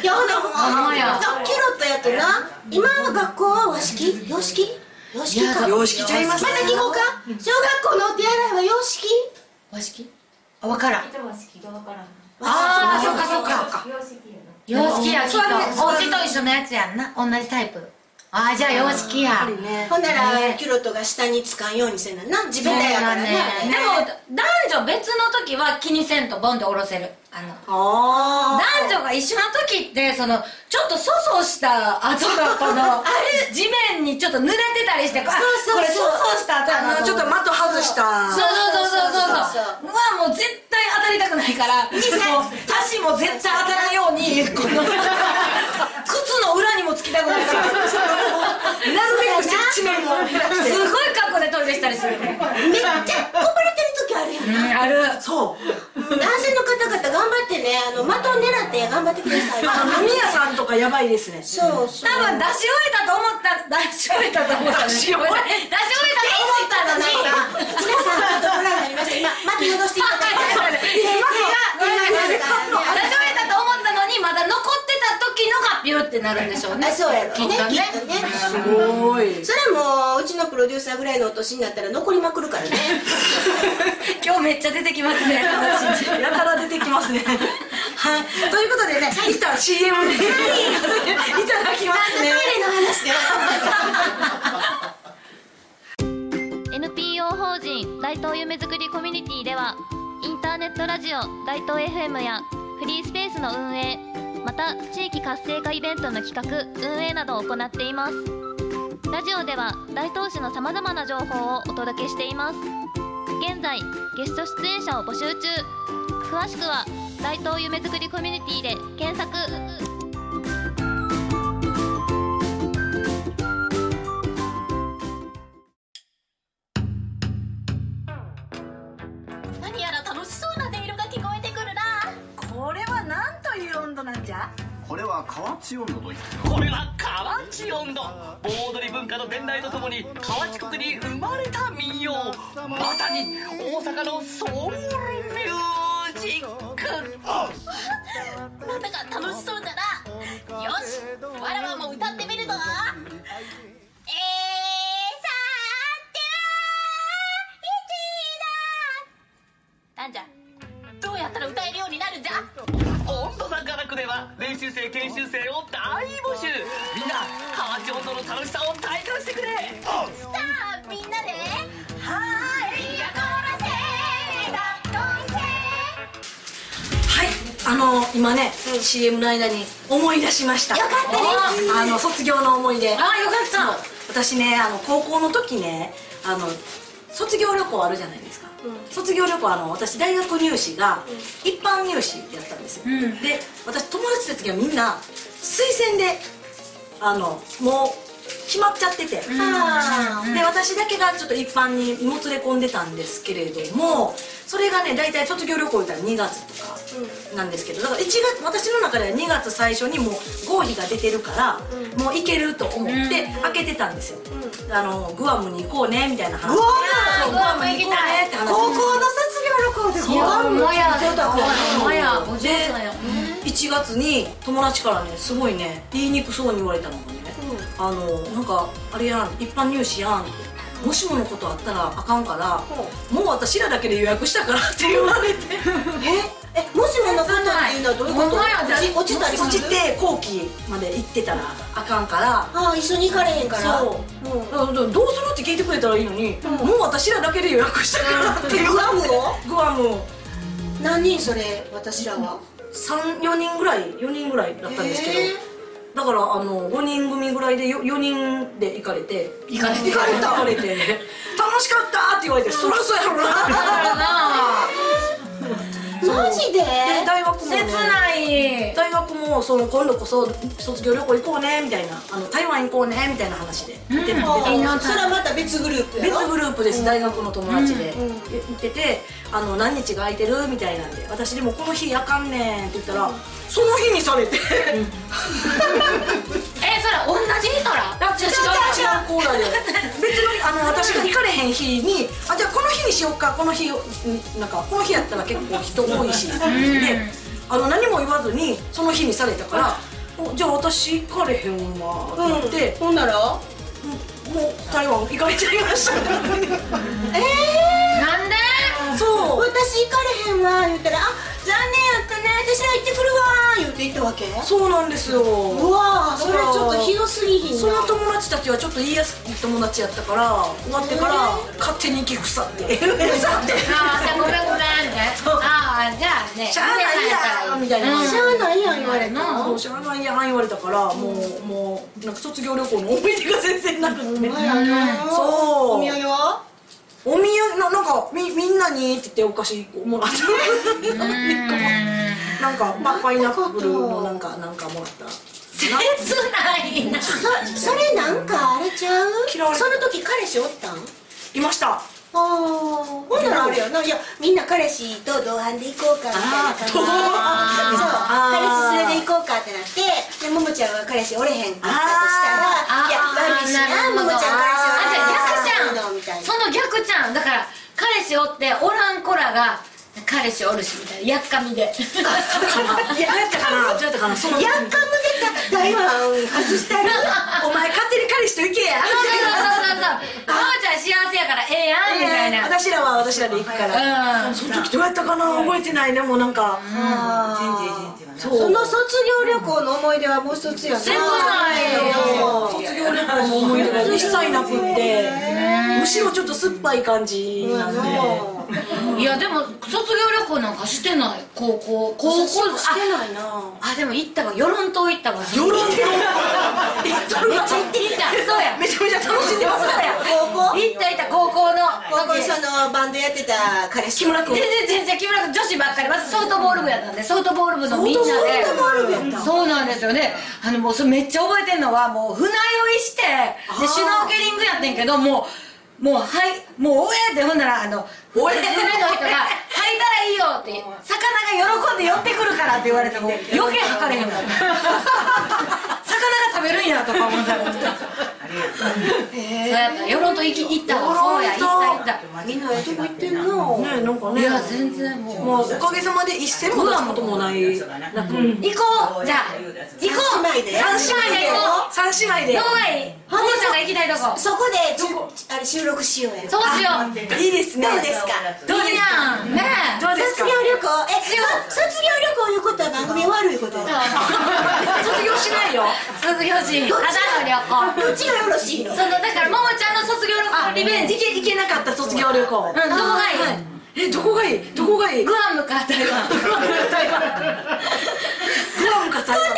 やだほんもまんやそうキュロットやとな今の学校は和式洋式洋式か洋式ちゃいますまた聞こうか小学校のお手洗いは洋式和式あわからんああーそっかそっか洋式やきっとお家と一緒のやつやんな同じタイプあーじゃあ洋式ややっぱりねほんならキュロットが下につかんようにせなな自分でやからねでも男女別の時は気にせんとボンで下ろせるあのあ男女が一緒の時ってそのちょっと粗相した跡がこの地面にちょっと濡れてたりしてあそうそうそうこれ粗相した跡やなあのちょっと的外したそうそうそそうそううそうそううわもう絶対当たりたくないからもう足も絶対当たらんようにこの靴の裏にもつきたくないからなるべく接地面をすごい格好でトイレしたりするめっちゃこぼれてる時あるやんうんあるそう男性の方々頑張ってねあの的を狙って頑張ってくださいあの飲み屋さんとかやばいですねそうそう多分出し終えたと思った出し終えたと思った出し終えた出し終えたと思ったのに皆さんちょっとご覧になりました今巻き戻して いただいたら出し終えたと思ったのにまだ残ってた時のがピュってなるんでしょうねあそうやろきっとねきっとねねすごいそれはもううちのプロデューサーぐらいのお年になったら残りまくるからね今日めっちゃ出てきますやねたら出てきます ねはいということでね一旦 CM でいただきますね NPO 法人大東夢づくりコミュニティではインターネットラジオ大東 FM やフリースペースの運営また地域活性化イベントの企画運営などを行っていますラジオでは大東市のさまざまな情報をお届けしています現在ゲスト出演者を募集中詳しくは大東夢づくりコミュニティで検索これはなんという温度なんじゃこれは河内温度といってこれは河内音頭盆踊り文化の伝来とともに河内国に生まれた民謡まさに大阪のソウルミュージックなんだか楽しそうだなよしわらわも歌ってみるぞえー、さては一だなんじゃどうやったら歌えるようになるんじゃ音頭さんからくでは練習生研修生を大募集みんな河内音頭の楽しさを体感してくれさあみんなで「はいやこらせだどいせ」はい、あの今ね、CM の間に思い出しました。よかったです。あの卒業の思い出。あ、よかった。私ね、あの高校の時ね、あの卒業旅行あるじゃないですか。卒業旅行あの私大学入試が一般入試やったんですよ。で、私友達たちがみんな推薦で、あのもう。決まっちゃってて、で私だけがちょっと一般にもつれ込んでたんですけれどもそれがね大体卒業旅行言ったら2月とかなんですけどだから1月私の中では2月最初にもう合否が出てるから、もう行けると思って開けてたんですよ、あのグアムに行こうねみたいな話グアムグアムに行こうねって話高校の卒業旅行でグアムに行こうねやおで1月に友達からねすごいね言いにくそうに言われたのがね、あのなんかあれやん一般入試やんってもしものことあったらあかんから、もう私らだけで予約したからって言わ れてえもしものことっていうのはどういうこと落ち落ちたりす落るちて後期まで行ってたらあかんからああ一緒に行かれへんからそう、だからどうするって聞いてくれたらいいのに、もう私らだけで予約したからって言わグアムをれグアムを何人それ私らは34人ぐらい4人ぐらいだったんですけど、だからあの5人組ぐらいでよ4人で行かれて行かれて行かれて楽しかったって言われて、そりゃそうやろなマジで で大学も、ね、大学もその今度こそ卒業旅行行こうねみたいなあの台湾行こうねみたいな話で行ってて、それはまた別グループや別ろグループです、大学の友達で、行っててあの何日が空いてるみたいなんで私でもこの日あかんねんって言ったら、その日にされて、えそれ同じ人らあ違う違う違うコーラで別にあの私が行かれへん日にあじゃあこの日にしよっかこの日うんなんかこの日やったら結構人多いしであの何も言わずにその日にされたからおじゃあ私行かれへんわって言って、ほんならもう台湾行かれちゃいましたなんでそう私行かれへんわ言ったらあ残念やったね私ら行ってくるわ言うて行ったわけそうなんですようわあそれちょっとひどすぎひんなその友達たちはちょっと言いやすい友達やったから終わってから勝手に行き腐って腐 ってあじゃあごめんごめんってああじゃあねしゃあないやみたいな、しゃあないやん言われたそう知らないやん言われたから、もうもうなんか卒業旅行の思い出が全然なくて、そうおお土土産は産ななんかみみんなにって言ってお菓子もらったなんかパパイナップルのなんかなんかもらった切ないなそそれなんかあれちゃう嫌われその時彼氏おったんあいましたあほんならあれやないやみんな彼氏と同伴で行こうかみたいな感じでそうあ彼ー氏連れで行こうかってなってでももちゃんは彼氏おれへんかったとしたあらーいや悪いしなるなほどももちゃん彼氏おれへんあじゃあ逆じゃんどうみたいなその逆じゃんだから彼氏おっておらん子らが彼氏おるしみたいなやっかみいでやどうやったかなどうやったかなそのやっかむ出た台湾外したるお前勝手に彼氏と行けやそうそうそうそうそうあおちゃん幸せやからええやんみたいな、私らは私らで行くから、その時どうやったかな覚えてないねもうなんか、その卒業旅行の思い出はもう一つやな全部ないよ卒業旅行の思い出が一切なくってむしろちょっと酸っぱい感じなんでいやでも卒業旅行なんかしてない高校高校してないなああでも行ったわ与論島行ったわよろんと行っとるめっわちゃ行って行ったそうやめちゃめちゃ楽しんでますそうや高校行った行った高校の高校そのバンドやってた彼氏木村君全然全然木村君女子ばっかりまずソフトボール部やったんでソフトボール部のみんなでソフトボール部やったうんそうなんですよねあのもうそれめっちゃ覚えてんのはもう船酔いしてでシュノーケリングやってんけどもうもうはいもうおえってほんならあの船の人が「はいたらいいよって魚が喜んで寄ってくるからって言われても余計はかれへん の魚が食べるんやとか思ったらそうやったよろと行き行ったわそうや行った行ったみんなええとこ行ってんなねえなんかねいや全然もうもうおかげさまで一銭も出すこともないなく行こうじゃあ行こう三姉妹で三姉妹で行こう三姉妹でどこがいいほのちゃんが行きたいとこそこでちゅあれ収録しようやそうしよういいですねどうですかどうやんねえどうです卒か業旅行えそ卒業旅行いうことは番組終わるいうことや卒業しないよ卒業しただの旅行どっちがよろしいの そのだからももちゃんの卒業旅行リベンジ行け行けなかった卒業旅行うんどこがいいえどこがいいどこがいいグアムか台湾グアムか台湾グアムか台湾こ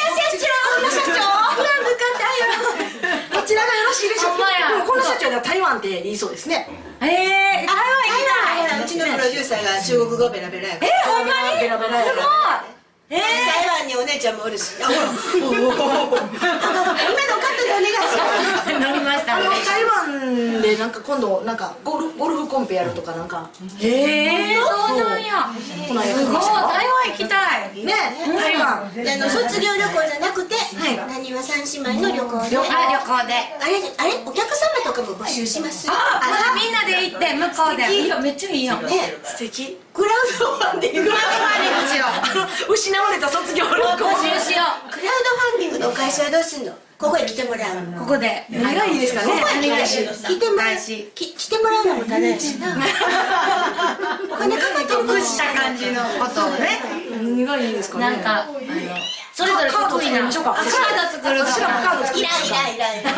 んな社長グアムかどちらがよろしいでしょほうんまやでもこの社長では台湾って言いそうですね台湾えー、台湾行きたいうちのプロデューサーが中国語ベラベラやかえらほんまにベラベラやすごいえ台湾にお姉ちゃんもおるしあほら今のカットでお願いしますー、なりましたあねの台湾でなんか今度なんかゴルゴルフコンペやるとかなんかえー、そうなんやこの間すごい台湾行きたいね台湾あの卒業旅行じゃなくて、なにわ三姉妹の旅行であ旅行であれあれお客様とかも募集しますああみんなで行って向こうでいいよめっちゃいいよね素敵クラウドファンディングクラウドファンディングしよう失われた卒業旅行募集しよクラウドファンディングのお返しはどうすんのここへ来てもらううのここで何がいいですかね来てもらう来てもらうき来てもらうのもただやしなお金かかってるもんした感じのことをね何がいいですかねなんかあのそれぞれカード得意作りなましょうかあカード作ると私らもカード作いりらましょうんいらんいらん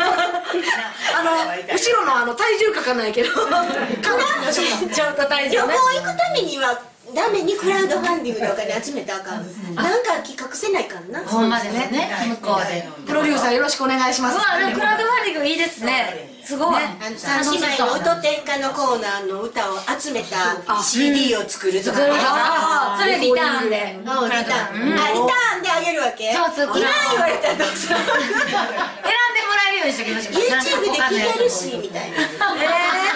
あの後ろのあの体重書かないけどカー ド作りましょうかちょっと大旅丈行夫ね行くためにはダメにクラウドファンディングでお金集めたらあかんなんか企画せないかんなほんまですね向こうでプロデューサーよろしくお願いしまうすわでもクラウドファンディングいいですねすごいあの三姉妹の音天下のコーナーの歌を集めた CD を作るとかそれねあーそれリターンうでんリターンあリターンであげるわけそうそういらん言われたらどうする選んでもらえるようにしておきましょ YouTube うで聴けるしみ たいな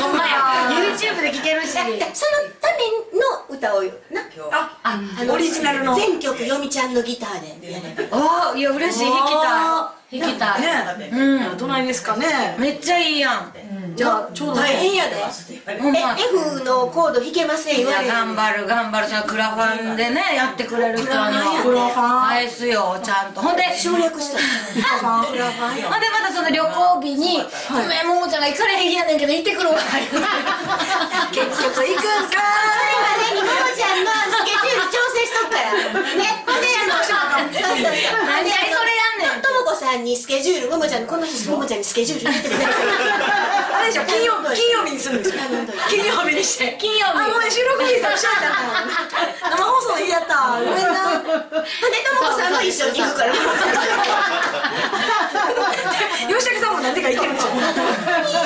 ほんまや YouTube で聴けるしだからそのための歌をなああのオリジナルの全曲よみちゃんのギターでやればおーいや嬉しい弾きたい弾きたいねうんどないですかねめっちゃいいやんじゃあちょうど大変やでほんまえ F のコード弾けませんい言わやれる頑張る頑張るそのクラファンでねやってくれる人にはクラファン返すよちゃんとほんで省略したほんでまたその旅行日に「ごめんももちゃんが行かれへん日やねんけど行ってくるわ」結局行くんか最後はね、みももちゃんのスケジュール調整しとくから。 ね、ほんで、あの、そうそうそう。何回それやんねんともこさんにスケジュール、ももちゃんの、この日、ももちゃんにスケジュール入れてください。あれでしょ金曜日金曜日にするんですよ金曜日にして金曜日あごめん収録日と一緒やったの生放送の日や ったごめんなほんで、ともこさんも一緒に行くから。吉崎さんも何でか行けるんですよい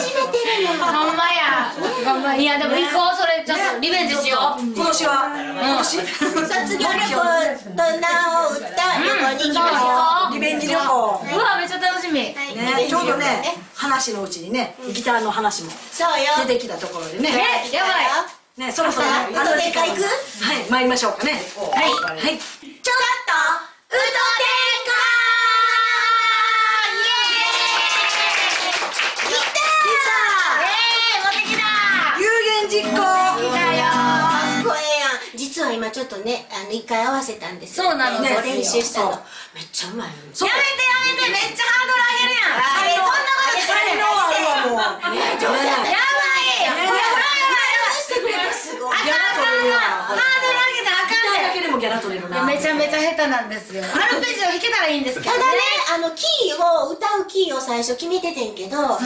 じめてるの。ほんまやほんまいやでも行こうそれちょっとリベンジしよう今年は今年卒業旅行と名を売った旅行に行きましょう。リベンジ旅行うわめっちゃ楽しみはいねちょうどね話のうちにねギターの話もそうよ。出てきたところでねえやばいねそろそろさああの時間運動会行くはい参りましょうかねはいはいちょっと、うと天下イエーイ来た有言実行これやん実は今ちょっとねあの一回合わせたんですそうなのねね練習したのそうめっちゃうまいのそうめてめっちゃハードル上げるやんあれそんなことし才能あるわもうね上手やねやばいねてくれたすごいギャラ取れるわハードル上げたらあギターかんだねけでもギャラ取れるなんめちゃめちゃ下手なんですよアルペジオ弾けたらいいんですけたどだねねあのキーを歌うキーを最初決めててんけど、なんか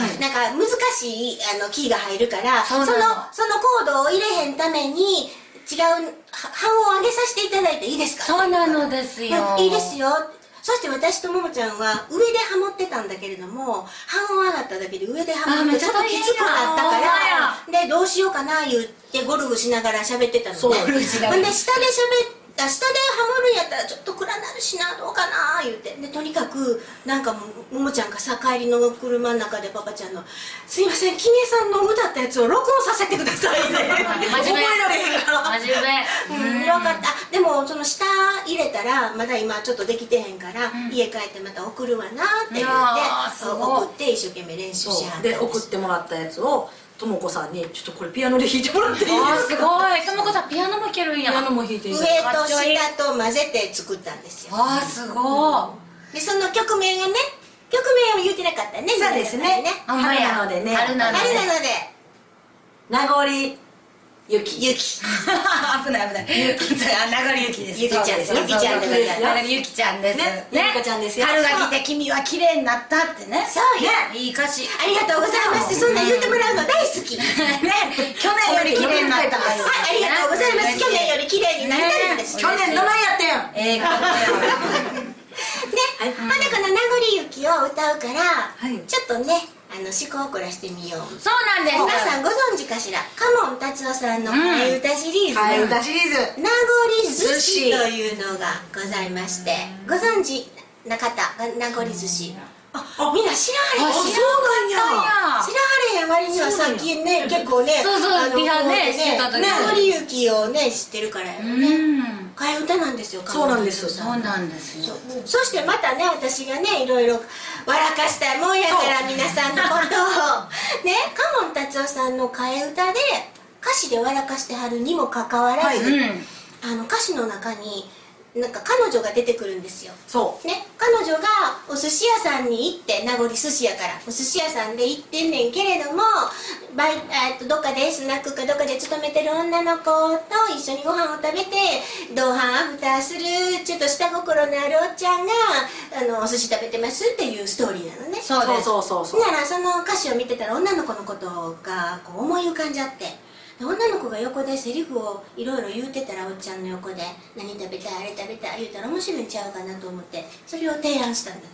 難しいあのキーが入るからそうなそののそのコードを入れへんために違うは半音上げさせていただいていいですかそうなのですよまあいいですよそして私とももちゃんは上でハモってたんだけれども半音上がっただけで上でハモってあーめっちちゃょっと大変きやつくなったからでどうしようかな言ってゴルフしながら喋ってたのねそうほんで下で喋っ明日でハモるんやったらちょっと暗なるしなどうかな言うてでとにかくなんかもももちゃんがさ帰りの車の中でパパちゃんの「すいません君江さんの歌ったやつを録音させてくださ い」って覚えられへんから真面うん、よかったでもその下入れたらまだ今ちょっとできてへんから、家帰ってまた送るわなって言いっやーてすごい送って一生懸命練習しはったんでです送ってもらったやつをともこさんに「ちょっとこれピアノで弾いてもらっていいであーすすか?」ごいともこさんピアノもいけるんピやアノも弾いていいですか上と下と混ぜて作ったんですよあーすごでその曲名がね曲名を言ってなかったねそうですねいほんまや春なのでね春なあれのでなので名残ゆきゆき危ない危ないゆきちゃん流れゆきですゆきちゃんですそうそうそうゆきちゃんでございます流れゆきちゃんですねゆきこちゃんですよ春が来て君は綺麗になったってねそうよねいい歌詞ありがとうございますそんなん言ってもらうの大好きはいね去年より綺麗になったからありがとうございます去年より綺麗になったんです去年どないやったやんええね、まだこの「名残雪」を歌うから、いちょっとねあの思考を凝らしてみようそうなんです皆さんご存知かしらカモン達夫さんの替え歌シリーズ、替え歌シリーズ名残寿司というのがございましてご存知な方が名残寿司あみんな知らんあへんそうなんや知らんへん割にはさっきね結構ねそうそうあのリハねこうやってしてた時名残雪をね知ってるからやろうねん替え歌なんですよそうなんです鴨達夫さそうなんですよそしてまたね私がねいろいろ笑かしたいもんやから皆さんのことをねカモン達夫さんの替え歌で歌詞で笑かしてはるにもかかわらず、うんあの歌詞の中になんか彼女が出てくるんですよそうね、彼女がお寿司屋さんに行って名残寿司やからお寿司屋さんで行ってんねんけれどもバイあえっとどっかでスナックかどっかで勤めてる女の子と一緒にご飯を食べて同伴アフターするちょっと下心のあるおっちゃんがあのお寿司食べてますっていうストーリーなのねそうですそうそうそうならその歌詞を見てたら女の子のことがこう思い浮かんじゃってで女の子が横でセリフをいろいろ言うてたらおっちゃんの横で「何食べたいあれ食べたい」言うたら面白いんちゃうかなと思ってそれを提案したんだ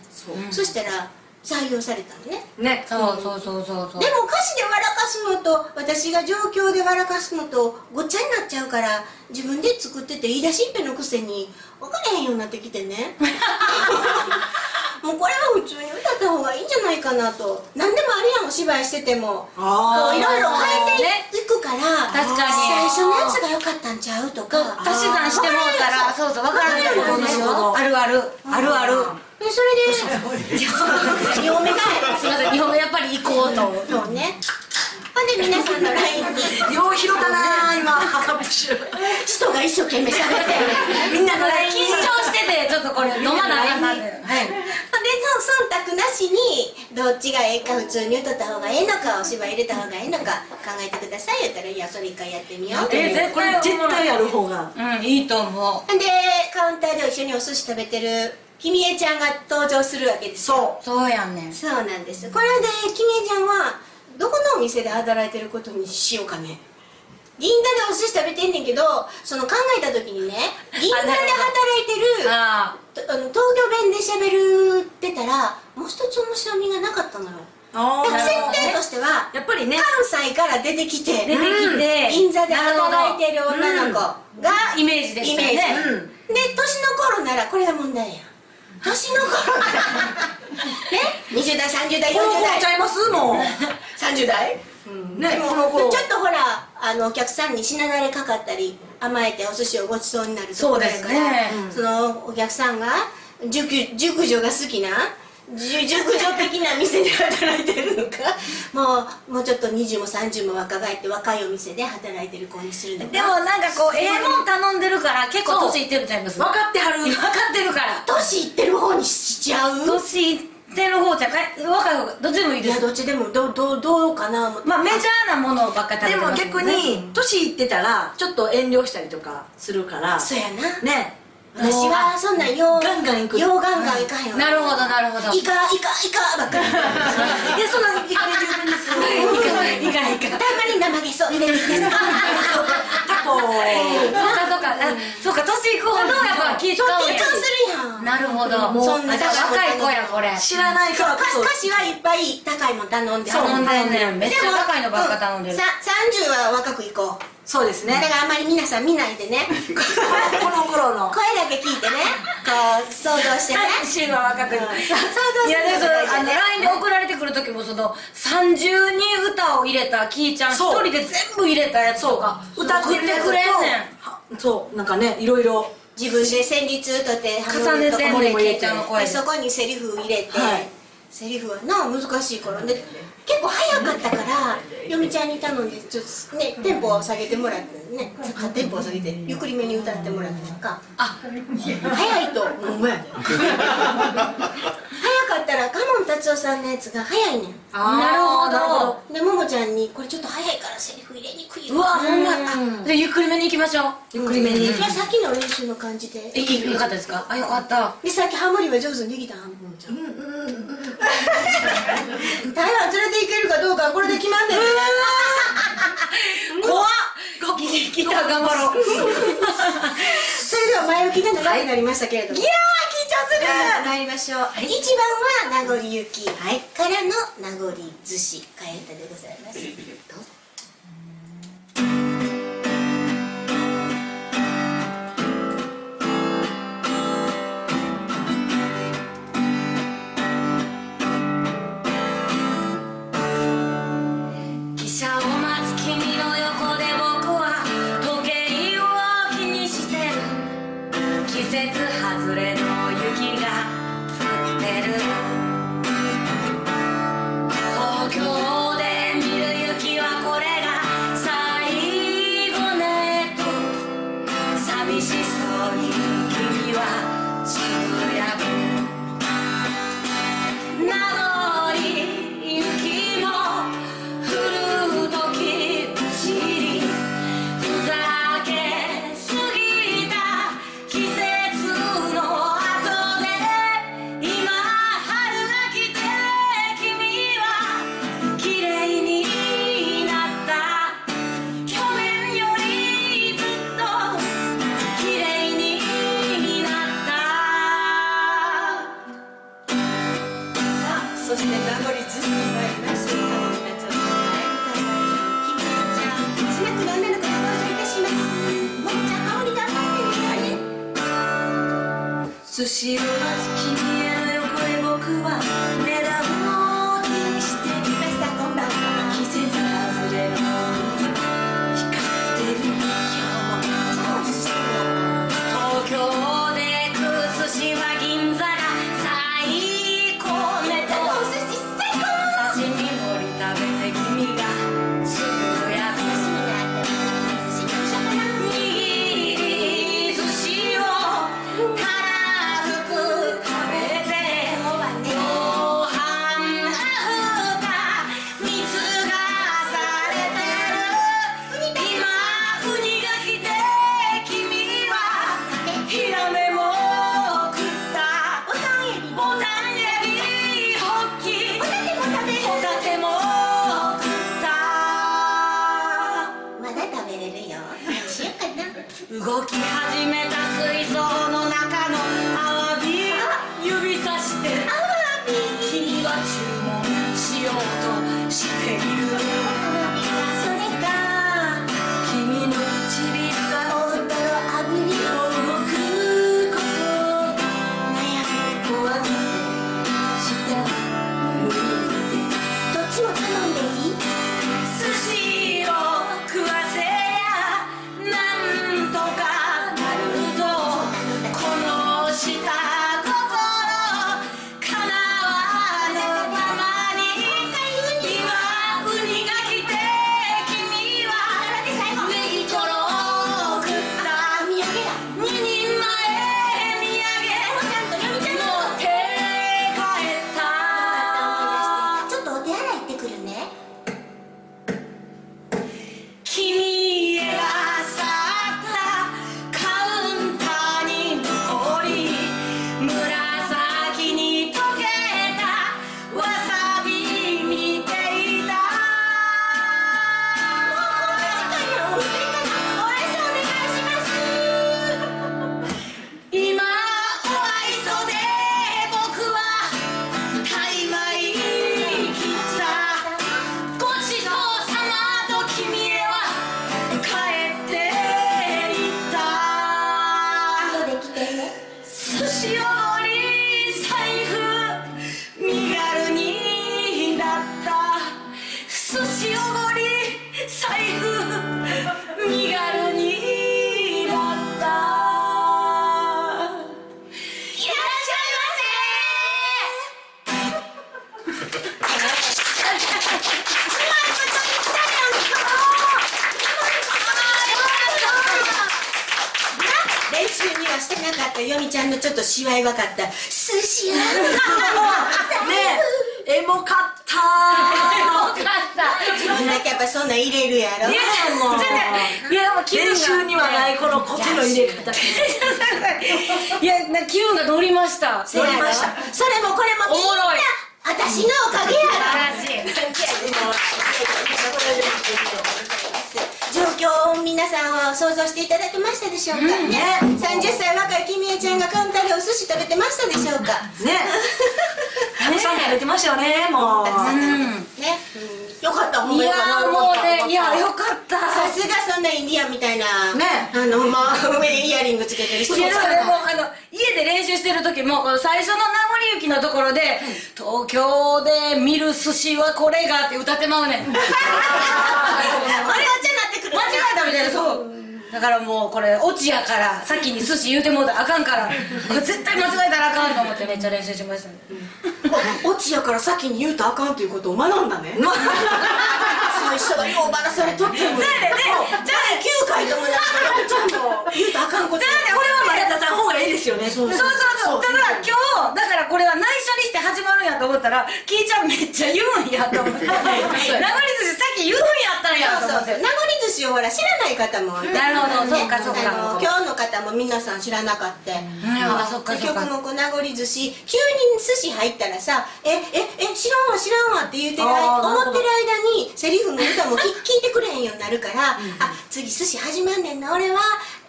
そ,、したら採用されたのねねそうそうそうそうそうでも歌詞で笑かすのと私が状況で笑かすのとごっちゃになっちゃうから自分で作ってて言い出しっぺのくせに分からへんようになってきてね もうこれは普通に歌った方がいいんじゃないかなと何でもありやんお芝居しててもこあうーいろいろ変ねえていくから確かに最初のやつが良かったんちゃうとか足し算してもうたらそうそうわからないところでしょあるあるあるあるでそれで2本目がすいません日本語やっぱり行こうと思うそうねほんで皆さんの LINE によう拾ったなー今拍手人が一生懸命喋ってみんなの緊 LINE に張しててちょっとこれ飲まなあかんなってはいほんでそ忖度なしにどっちがええか普通に歌った方がええのかお芝居入れた方がええのか考えてください言ったら「いやそれ一回やってみよう」ってえ絶これ対絶対やる方がうんいいと思ほんでカウンターで一緒にお寿司食べてる君江ちゃんが登場するわけですそうそうやんねんそうなんですこれで君江ちゃんはどこのお店で働いてることにしようかね銀座でお寿司食べてんねんけどその考えた時にね銀座で働いてるあとあの東京弁で喋るってたらもう一つ面白みがなかったのよだから設定としてはやっぱりね関西から出てきて出てきて銀座で働いてる女の子がイメージでしたよねイメージで年の頃ならこれが問題やん 年の頃ならね20代30代40この頃ちゃ代いますも ん30代ねでもこの頃ちょっとほらあのお客さんに品慣れかかったり甘えてお寿司をごちそうになるところやからそうですねそのお客さんが熟熟女が好きなじゅ熟女的な店で働いてるのか もうもうちょっと20も30も若返って若いお店で働いてる子にするのかでもなんかこうええもん頼んでるから結構年いってるちゃいます分かってはる分かってるから年いってる方にしちゃう年いってる方じゃか若い方がどっちでもいいいでやすどっちでもどうどうどうかな思ってまあメジャーなものばっか食べでてもます逆ねに年いってたらちょっと遠慮したりとかするからそうやなね私はそんなんようガンガン行くようガンガン行かへんわなるほどなるほどイカイカイカ ばっかりいやそんなにいかれてるんですよいかないいかないいかない たまに生げそ入れるんですかたとそうかそうか、あそうか年いくほどやっぱ緊緊張する張するやんなるほどもうもう私若い子やこれ知らないからこ歌そ歌詞はいっぱい高いもん頼んで頼んででんねんめっちゃ高いのばっか頼んでるさ30は若くいこうそうですだかねらあんまり皆さん見ないで ねこの頃の声だけ聞いてねこう想像 してねシーンは若くい想像していやでもそれあのね LINE で送られてくる時もその30に歌を入れたきーちゃん一そう人で全部入れたやつとか歌って送るやつとくれんそうなんかねいろいろ自分で旋律とって重ねてんねんきーちゃんの声でそこにセリフ入れて、はいセリフはな難しいからで結構早かったからよみちゃんに頼んでちょっとねテンポを下げてもらってねテンポを下げてゆっくりめに歌ってもらってなんかあ早いとほんまやで早かったらカモン達夫さんのやつが早いねんんなるほどでももちゃんにこれちょっと早いからセリフ入れにくいようわほんまあやでゆっくりめに行きましょうゆっくりめにそれはさっきの練習の感じでえいよかったですかあよかったでさっきハモリは上手にできたんもんちゃんうんうん うん台湾連れて行けるかどうかはこれで決まんねん怖っギター頑張 ろうそれでは前置きが長くなりましたけれども、い、やー緊張する参りましょう、一番は名残ゆき、からの名残寿司替え歌でございますどうぞ汽車を待つ君の横で僕は時計を気にしてる季節外れの雪が降ってる東京で見る雪はこれが最後ねと寂しそうに君はつぶやく名残雪も降る時不思議ふざけすぎた季節の後で今春が来て君は綺麗になった去年よりずっと綺麗になったそして名残寿司に参りましょうスナックの女の子が登場いたしますもっちゃんハモリ頑張ってね寿司を待つ君への横へ僕は値段を気にして来ましたこんばんは季節外れの光ってる今日も東京で食う寿司は銀座が最高ねとお寿司最高刺身盛り食べて君がつぶやく握り寿司をたらふく食べて余白昔より財布身軽にだった寿司より財布身軽にだったいらっしゃいませ練習にはしてなかったよみちゃんのちょっとしわいわかった寿司屋ねえエモか った自分だけやっぱそんなん入れるやろねえもういやもう練習にはないこのコツの入れ方いやな気分が乗りましたそれもそれもこれもみんおもろいな私のおかげやろ状況を皆さんは想像していただけましたでしょうか、ね30歳若い君江ちゃんがカウンターでお寿司食べてましたでしょうかね たくさん食べてましたよねもうね、よかったほんいまやよかったーもうねいやよかったさすがそんなインディアンみたいなねあのまあ上にイヤリングつけてる人いやでもそうだあの家で練習してる時もこの最初の名残雪のところで「東京で見る寿司はこれが」って歌ってまうねん あ間違れはちゃなってくるえたみたいなそうだからもうこれオチやから先に寿司言うてもうたらあかんからこれ絶対間違えたらあかんと思ってめっちゃ練習しましたねオチやから先に言うとあかんということを学ん だねそういう人がようバラされとってもやねじゃあ9回ともなんかちゃんと言うとあかんことだから俺はまだ出さん方がいいですよねそうそうそうそうただ今日だからこれは内緒にして始まるんやと思ったらキイちゃんめっちゃ言うんやと思 って名残寿司さっき言うんやったんやとそう思そうっそう名て残寿司をほら知らない方もなるほどそうかそうかあの今日の方も皆さん知らなかった、あそっかそっかで曲もこう名残寿司急に寿司入ったらさ「えええ知らんわ知らんわ」って言うてる間あーなるほ思どってる間にセリフも歌もき聞いてくれへんようになるから「あ次寿司始まんねんな俺は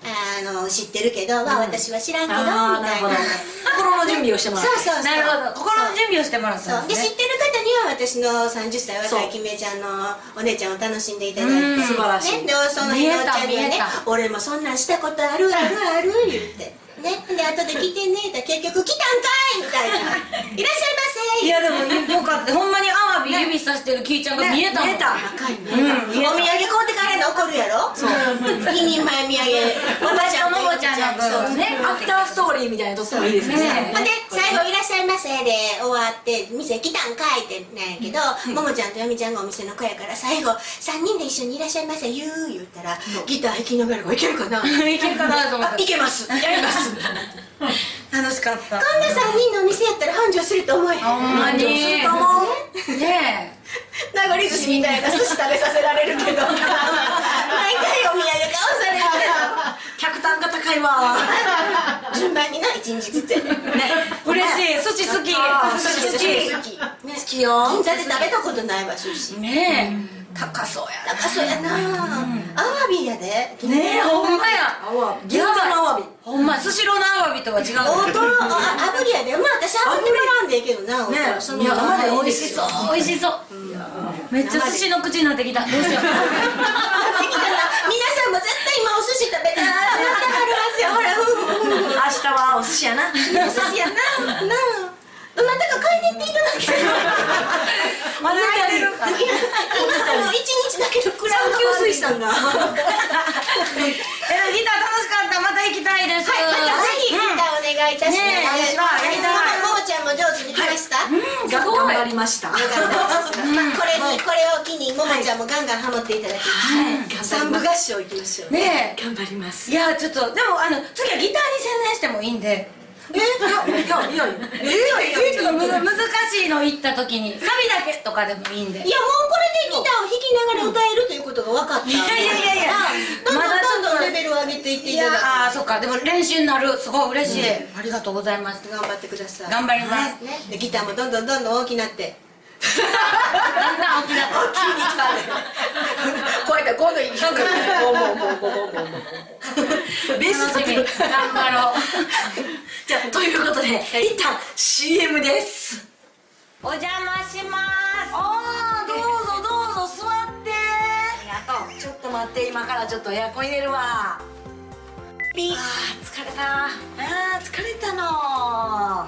あの知ってるけど、まあ私は知らんけど」みああなたるいほどな。心の準備をしてもらそうそうそうなるほど心の準備をしてもらっそたんうでです知ねってる方には私の30歳若いきめちゃんのお姉ちゃんを楽しんでいただいて、うん素晴らしいね、でその日のおっちゃんには見えた見えねた「俺もそんなんしたことあるあるある」言って。ね、で後で来てねえ結局来たんかいみたいな「いらっしゃいませ」いやでもよかったほんまにアワビ指さしてるキイちゃんが見えたもん見えた若いね、うん見えたお土産買うて帰れな怒るやろそう2人前土産おばちゃんとおばちゃんの分そうそうアフターストーリーみたいなとこもいいですねねほんで最後「いらっしゃいませ」で終わって「店来たんかい」ってなんやけど、ももちゃんとよみちゃんがお店の子やから最後3人で一緒に「いらっしゃいませ」言う言ったらギター弾きながらこういけるかないけるかなと思っあたいけますやりますこん楽しかったな3人のお店やったら繁盛すると思えへんほ んまにどうすると思ねえ名残寿司みたいな寿司食べさせられるけど毎回お土産買わされる客単価高いわけど 順番にな1日ずつやね嬉しい寿司好きあー寿寿司司好好き好きよ銀座で食べたことないわ寿司きねえ高そうや高そうやなアワビやでねえほんまやアワビやばい銀座のアワビほんまスシローのアワビとは違う大トロあ炙りやでまあ私炙りもんでいいけどなね大トロいやまだ美味 しそう美味しそうめっちゃ寿司の口になってきた どうしようできたな皆さんも絶対今お寿司食べたらまたはりますよほらうんうんうん明日はお寿司やなお寿司やななあどなたか買いに行っていただけれ まだ空いてるば今あの一日だけのクラウド産休水産がえギター楽しかったまた行きたいですはいまたぜひギターお願いいたします、ねえお願いしますやりたいももちゃんも上手に来ました、うんす頑ごい張りましたよかったですまあこれにこれを機にももちゃんもガンガンハモっていただき三部合唱いきましょうね頑張りますえいやちょっとでもあの次はギターに専念してもいいんでえいやいやえいやいちやょっとむ難しいの行った時にサビだけとかでもいいんでいやもうこれでギターを弾きながら歌えるということが分かったいやいやいやいやどんどまだんちょっとどんどんレベルを上げていっていいやただあーそっかでも練習になるすごい嬉しい、ありがとうございますく頑張ってください頑張ります、ねでギターもどんどんどんどん大きくなってだんだん大きなってこうやって今度いそうかベース楽しみ頑張ろうじゃあということで一旦 CM ですお邪魔しますああどうぞどうぞ座っあてりがとうちょっと待って今からちょっとエアコン入れるわピーあー疲れたあー疲れたの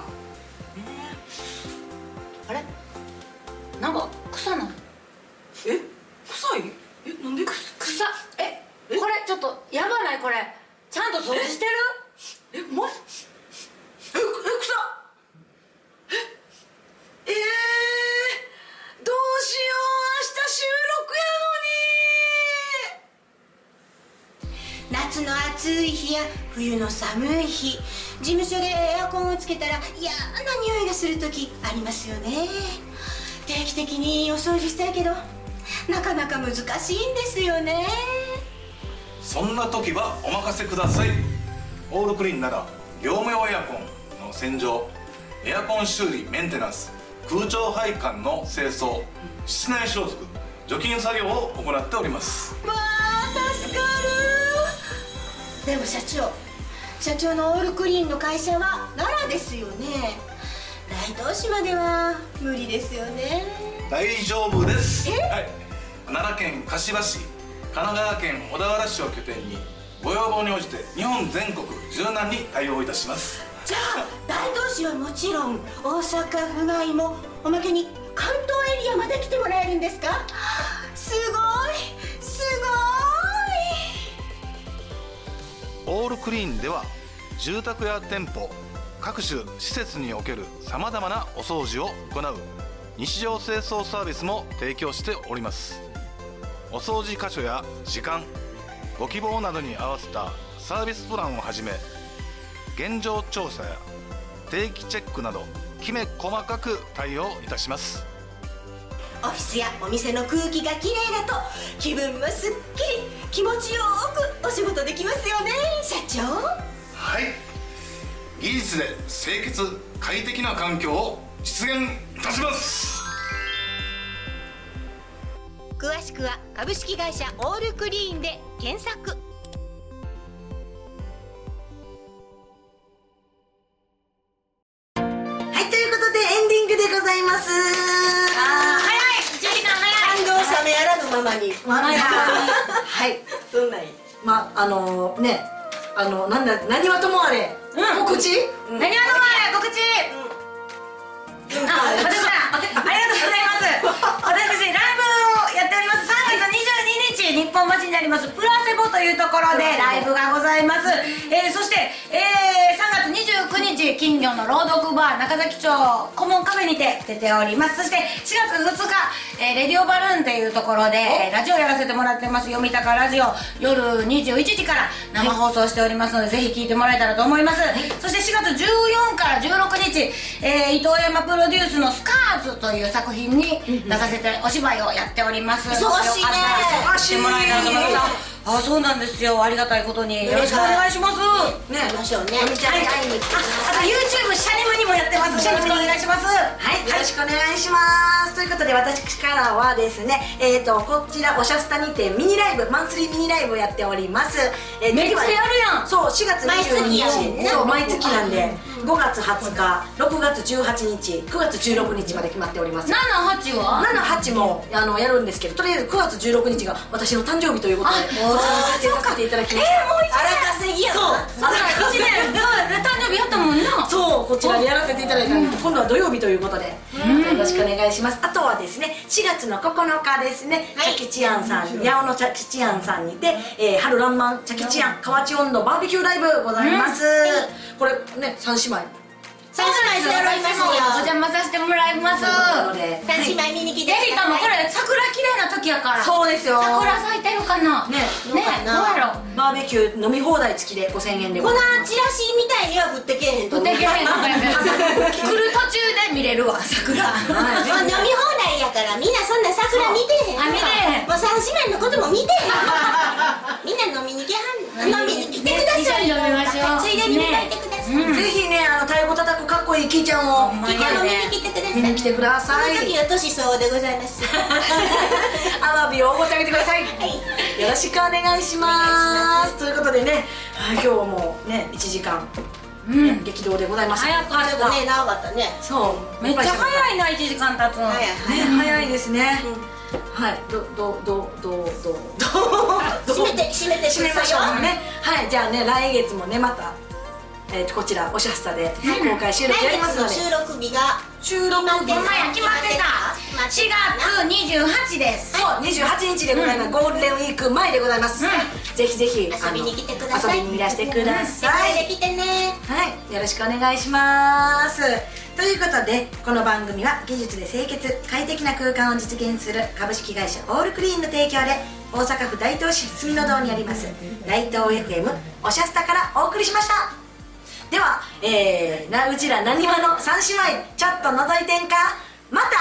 冬の寒い日事務所でエアコンをつけたら嫌な匂いがする時ありますよね定期的にお掃除したいけどなかなか難しいんですよねそんな時はお任せくださいオールクリーンなら業務用エアコンの洗浄エアコン修理メンテナンス空調配管の清掃室内消毒除菌作業を行っておりますわあ助かるでも社長社長のオールクリーンの会社は奈良ですよね大東市までは無理ですよね大丈夫です、はい、奈良県柏市神奈川県小田原市を拠点にご要望に応じて日本全国柔軟に対応いたしますじゃあ大東市はもちろん大阪府外もおまけに関東エリアまで来てもらえるんですかすごいすオールクリーンでは住宅や店舗各種施設におけるさまざまなお掃除を行う日常清掃サービスも提供しておりますお掃除箇所や時間ご希望などに合わせたサービスプランをはじめ現状調査や定期チェックなどきめ細かく対応いたしますごいオフィスやお店の空気がきれいだと気分もすっきり気持ちよくお仕事できますよね社長はい技術で清潔快適な環境を実現いたします詳しくは株式会社オールクリーンで検索はいということでエンディングでございます感動冷めやらぬままにはいどんないまああのねあのなんだ何はともあれ、告知何はともあれ告知あ、私だありがとうございます私ライブをやっております3月22日日本橋にありますプラセボというところでライブがございます、えーそして、えー3月29日金魚の朗読バー中崎町顧問カフェにて出ておりますそして4月2日、えーレディオバルーンというところでえーラジオやらせてもらってます読みたかラジオ夜21時から生放送しておりますので、ぜひ聞いてもらえたらと思います、そして4月14から16日、えー伊藤山プロデュースの「スカーズという作品に出させてお芝居をやっております忙しいね忙しいもらえたらと思いますあそうなんですよありがたいことによろしくお願いしますね行きましょうねみちゃんに会いに来てくだあさいあと YouTube シャネムにもやってますよろしくお願いしますはい、よろしくお願いします。ということで、私からはですね、えっ、と、こちら、おしゃスタにてミニライブ、マンスリーミニライブをやっております。えーめっちゃやるやんそう、4月22毎月やん日、そう、毎月なんで、5月20日、6月18日、9月16日まで決まっております。 78は78もあのやるんですけどとりあえず9月16日が私の誕生日ということでそちらに設定させていただきました荒稼ぎやなそうだ1年 そうだ誕生日やったもんなそうこちらでやらせていただいたんで、今度は土曜日ということで、よろしくお願いしますあとはですね4月の9日ですね、チャキチアンさん八尾のチャキチアンさんにて、えー、春らんまんチャキチアン河内温度バーベキューライブございます、これね三姉妹そうなんですよお邪魔させてもらいますというこ三とで姉妹見に来てエリカもこれ桜綺麗な時やからそうですよ桜咲いてるかなねねどうやろうバーベキュー飲み放題付きで5000円でごこざのいますチラシみたいには振ってけえへんと不思う適切なことやけど来る途中で見れるわ桜はいもう飲み放題やからみんなそんな桜見てへんそうあ見てへんもう三姉妹のことも見てへんみんな飲みに来はんの飲みに来てくださいね一緒に飲みましょうついでに見といてください、ぜひねあの太鼓叩くかっこいいキイちゃんを今日飲みに来てください見に来てくださいこの時は年相応でございます アワビをおごってあげてください、よろしくお願いしますということでねはい今日はもうね1時間、ね激動でございました早かちょっっとたね長かったねそうめっちゃい早いな1時間経つの早いね早いですね、はいどどどどどどど閉めて閉めて締めましょうねはいじゃあね来月もねまた、えーとこちらおしゃスタで公開収来録やります月のので収録日が収録日ほほんまや決まってた4決月28ですそう、28日でございます、ゴールデンウィーク前でございます、うぜひぜひ遊びに来てくださいあの遊びにいらしてください、で来てねはい、よろしくお願いしますということでこの番組は技術で清潔快適な空間を実現する株式会社オールクリーンの提供で大阪府大東市住の堂にあります大東 FM おしゃスタからお送りしましたでは、えー、なうちらなにわの三姉妹ちょっと覗いてんかまた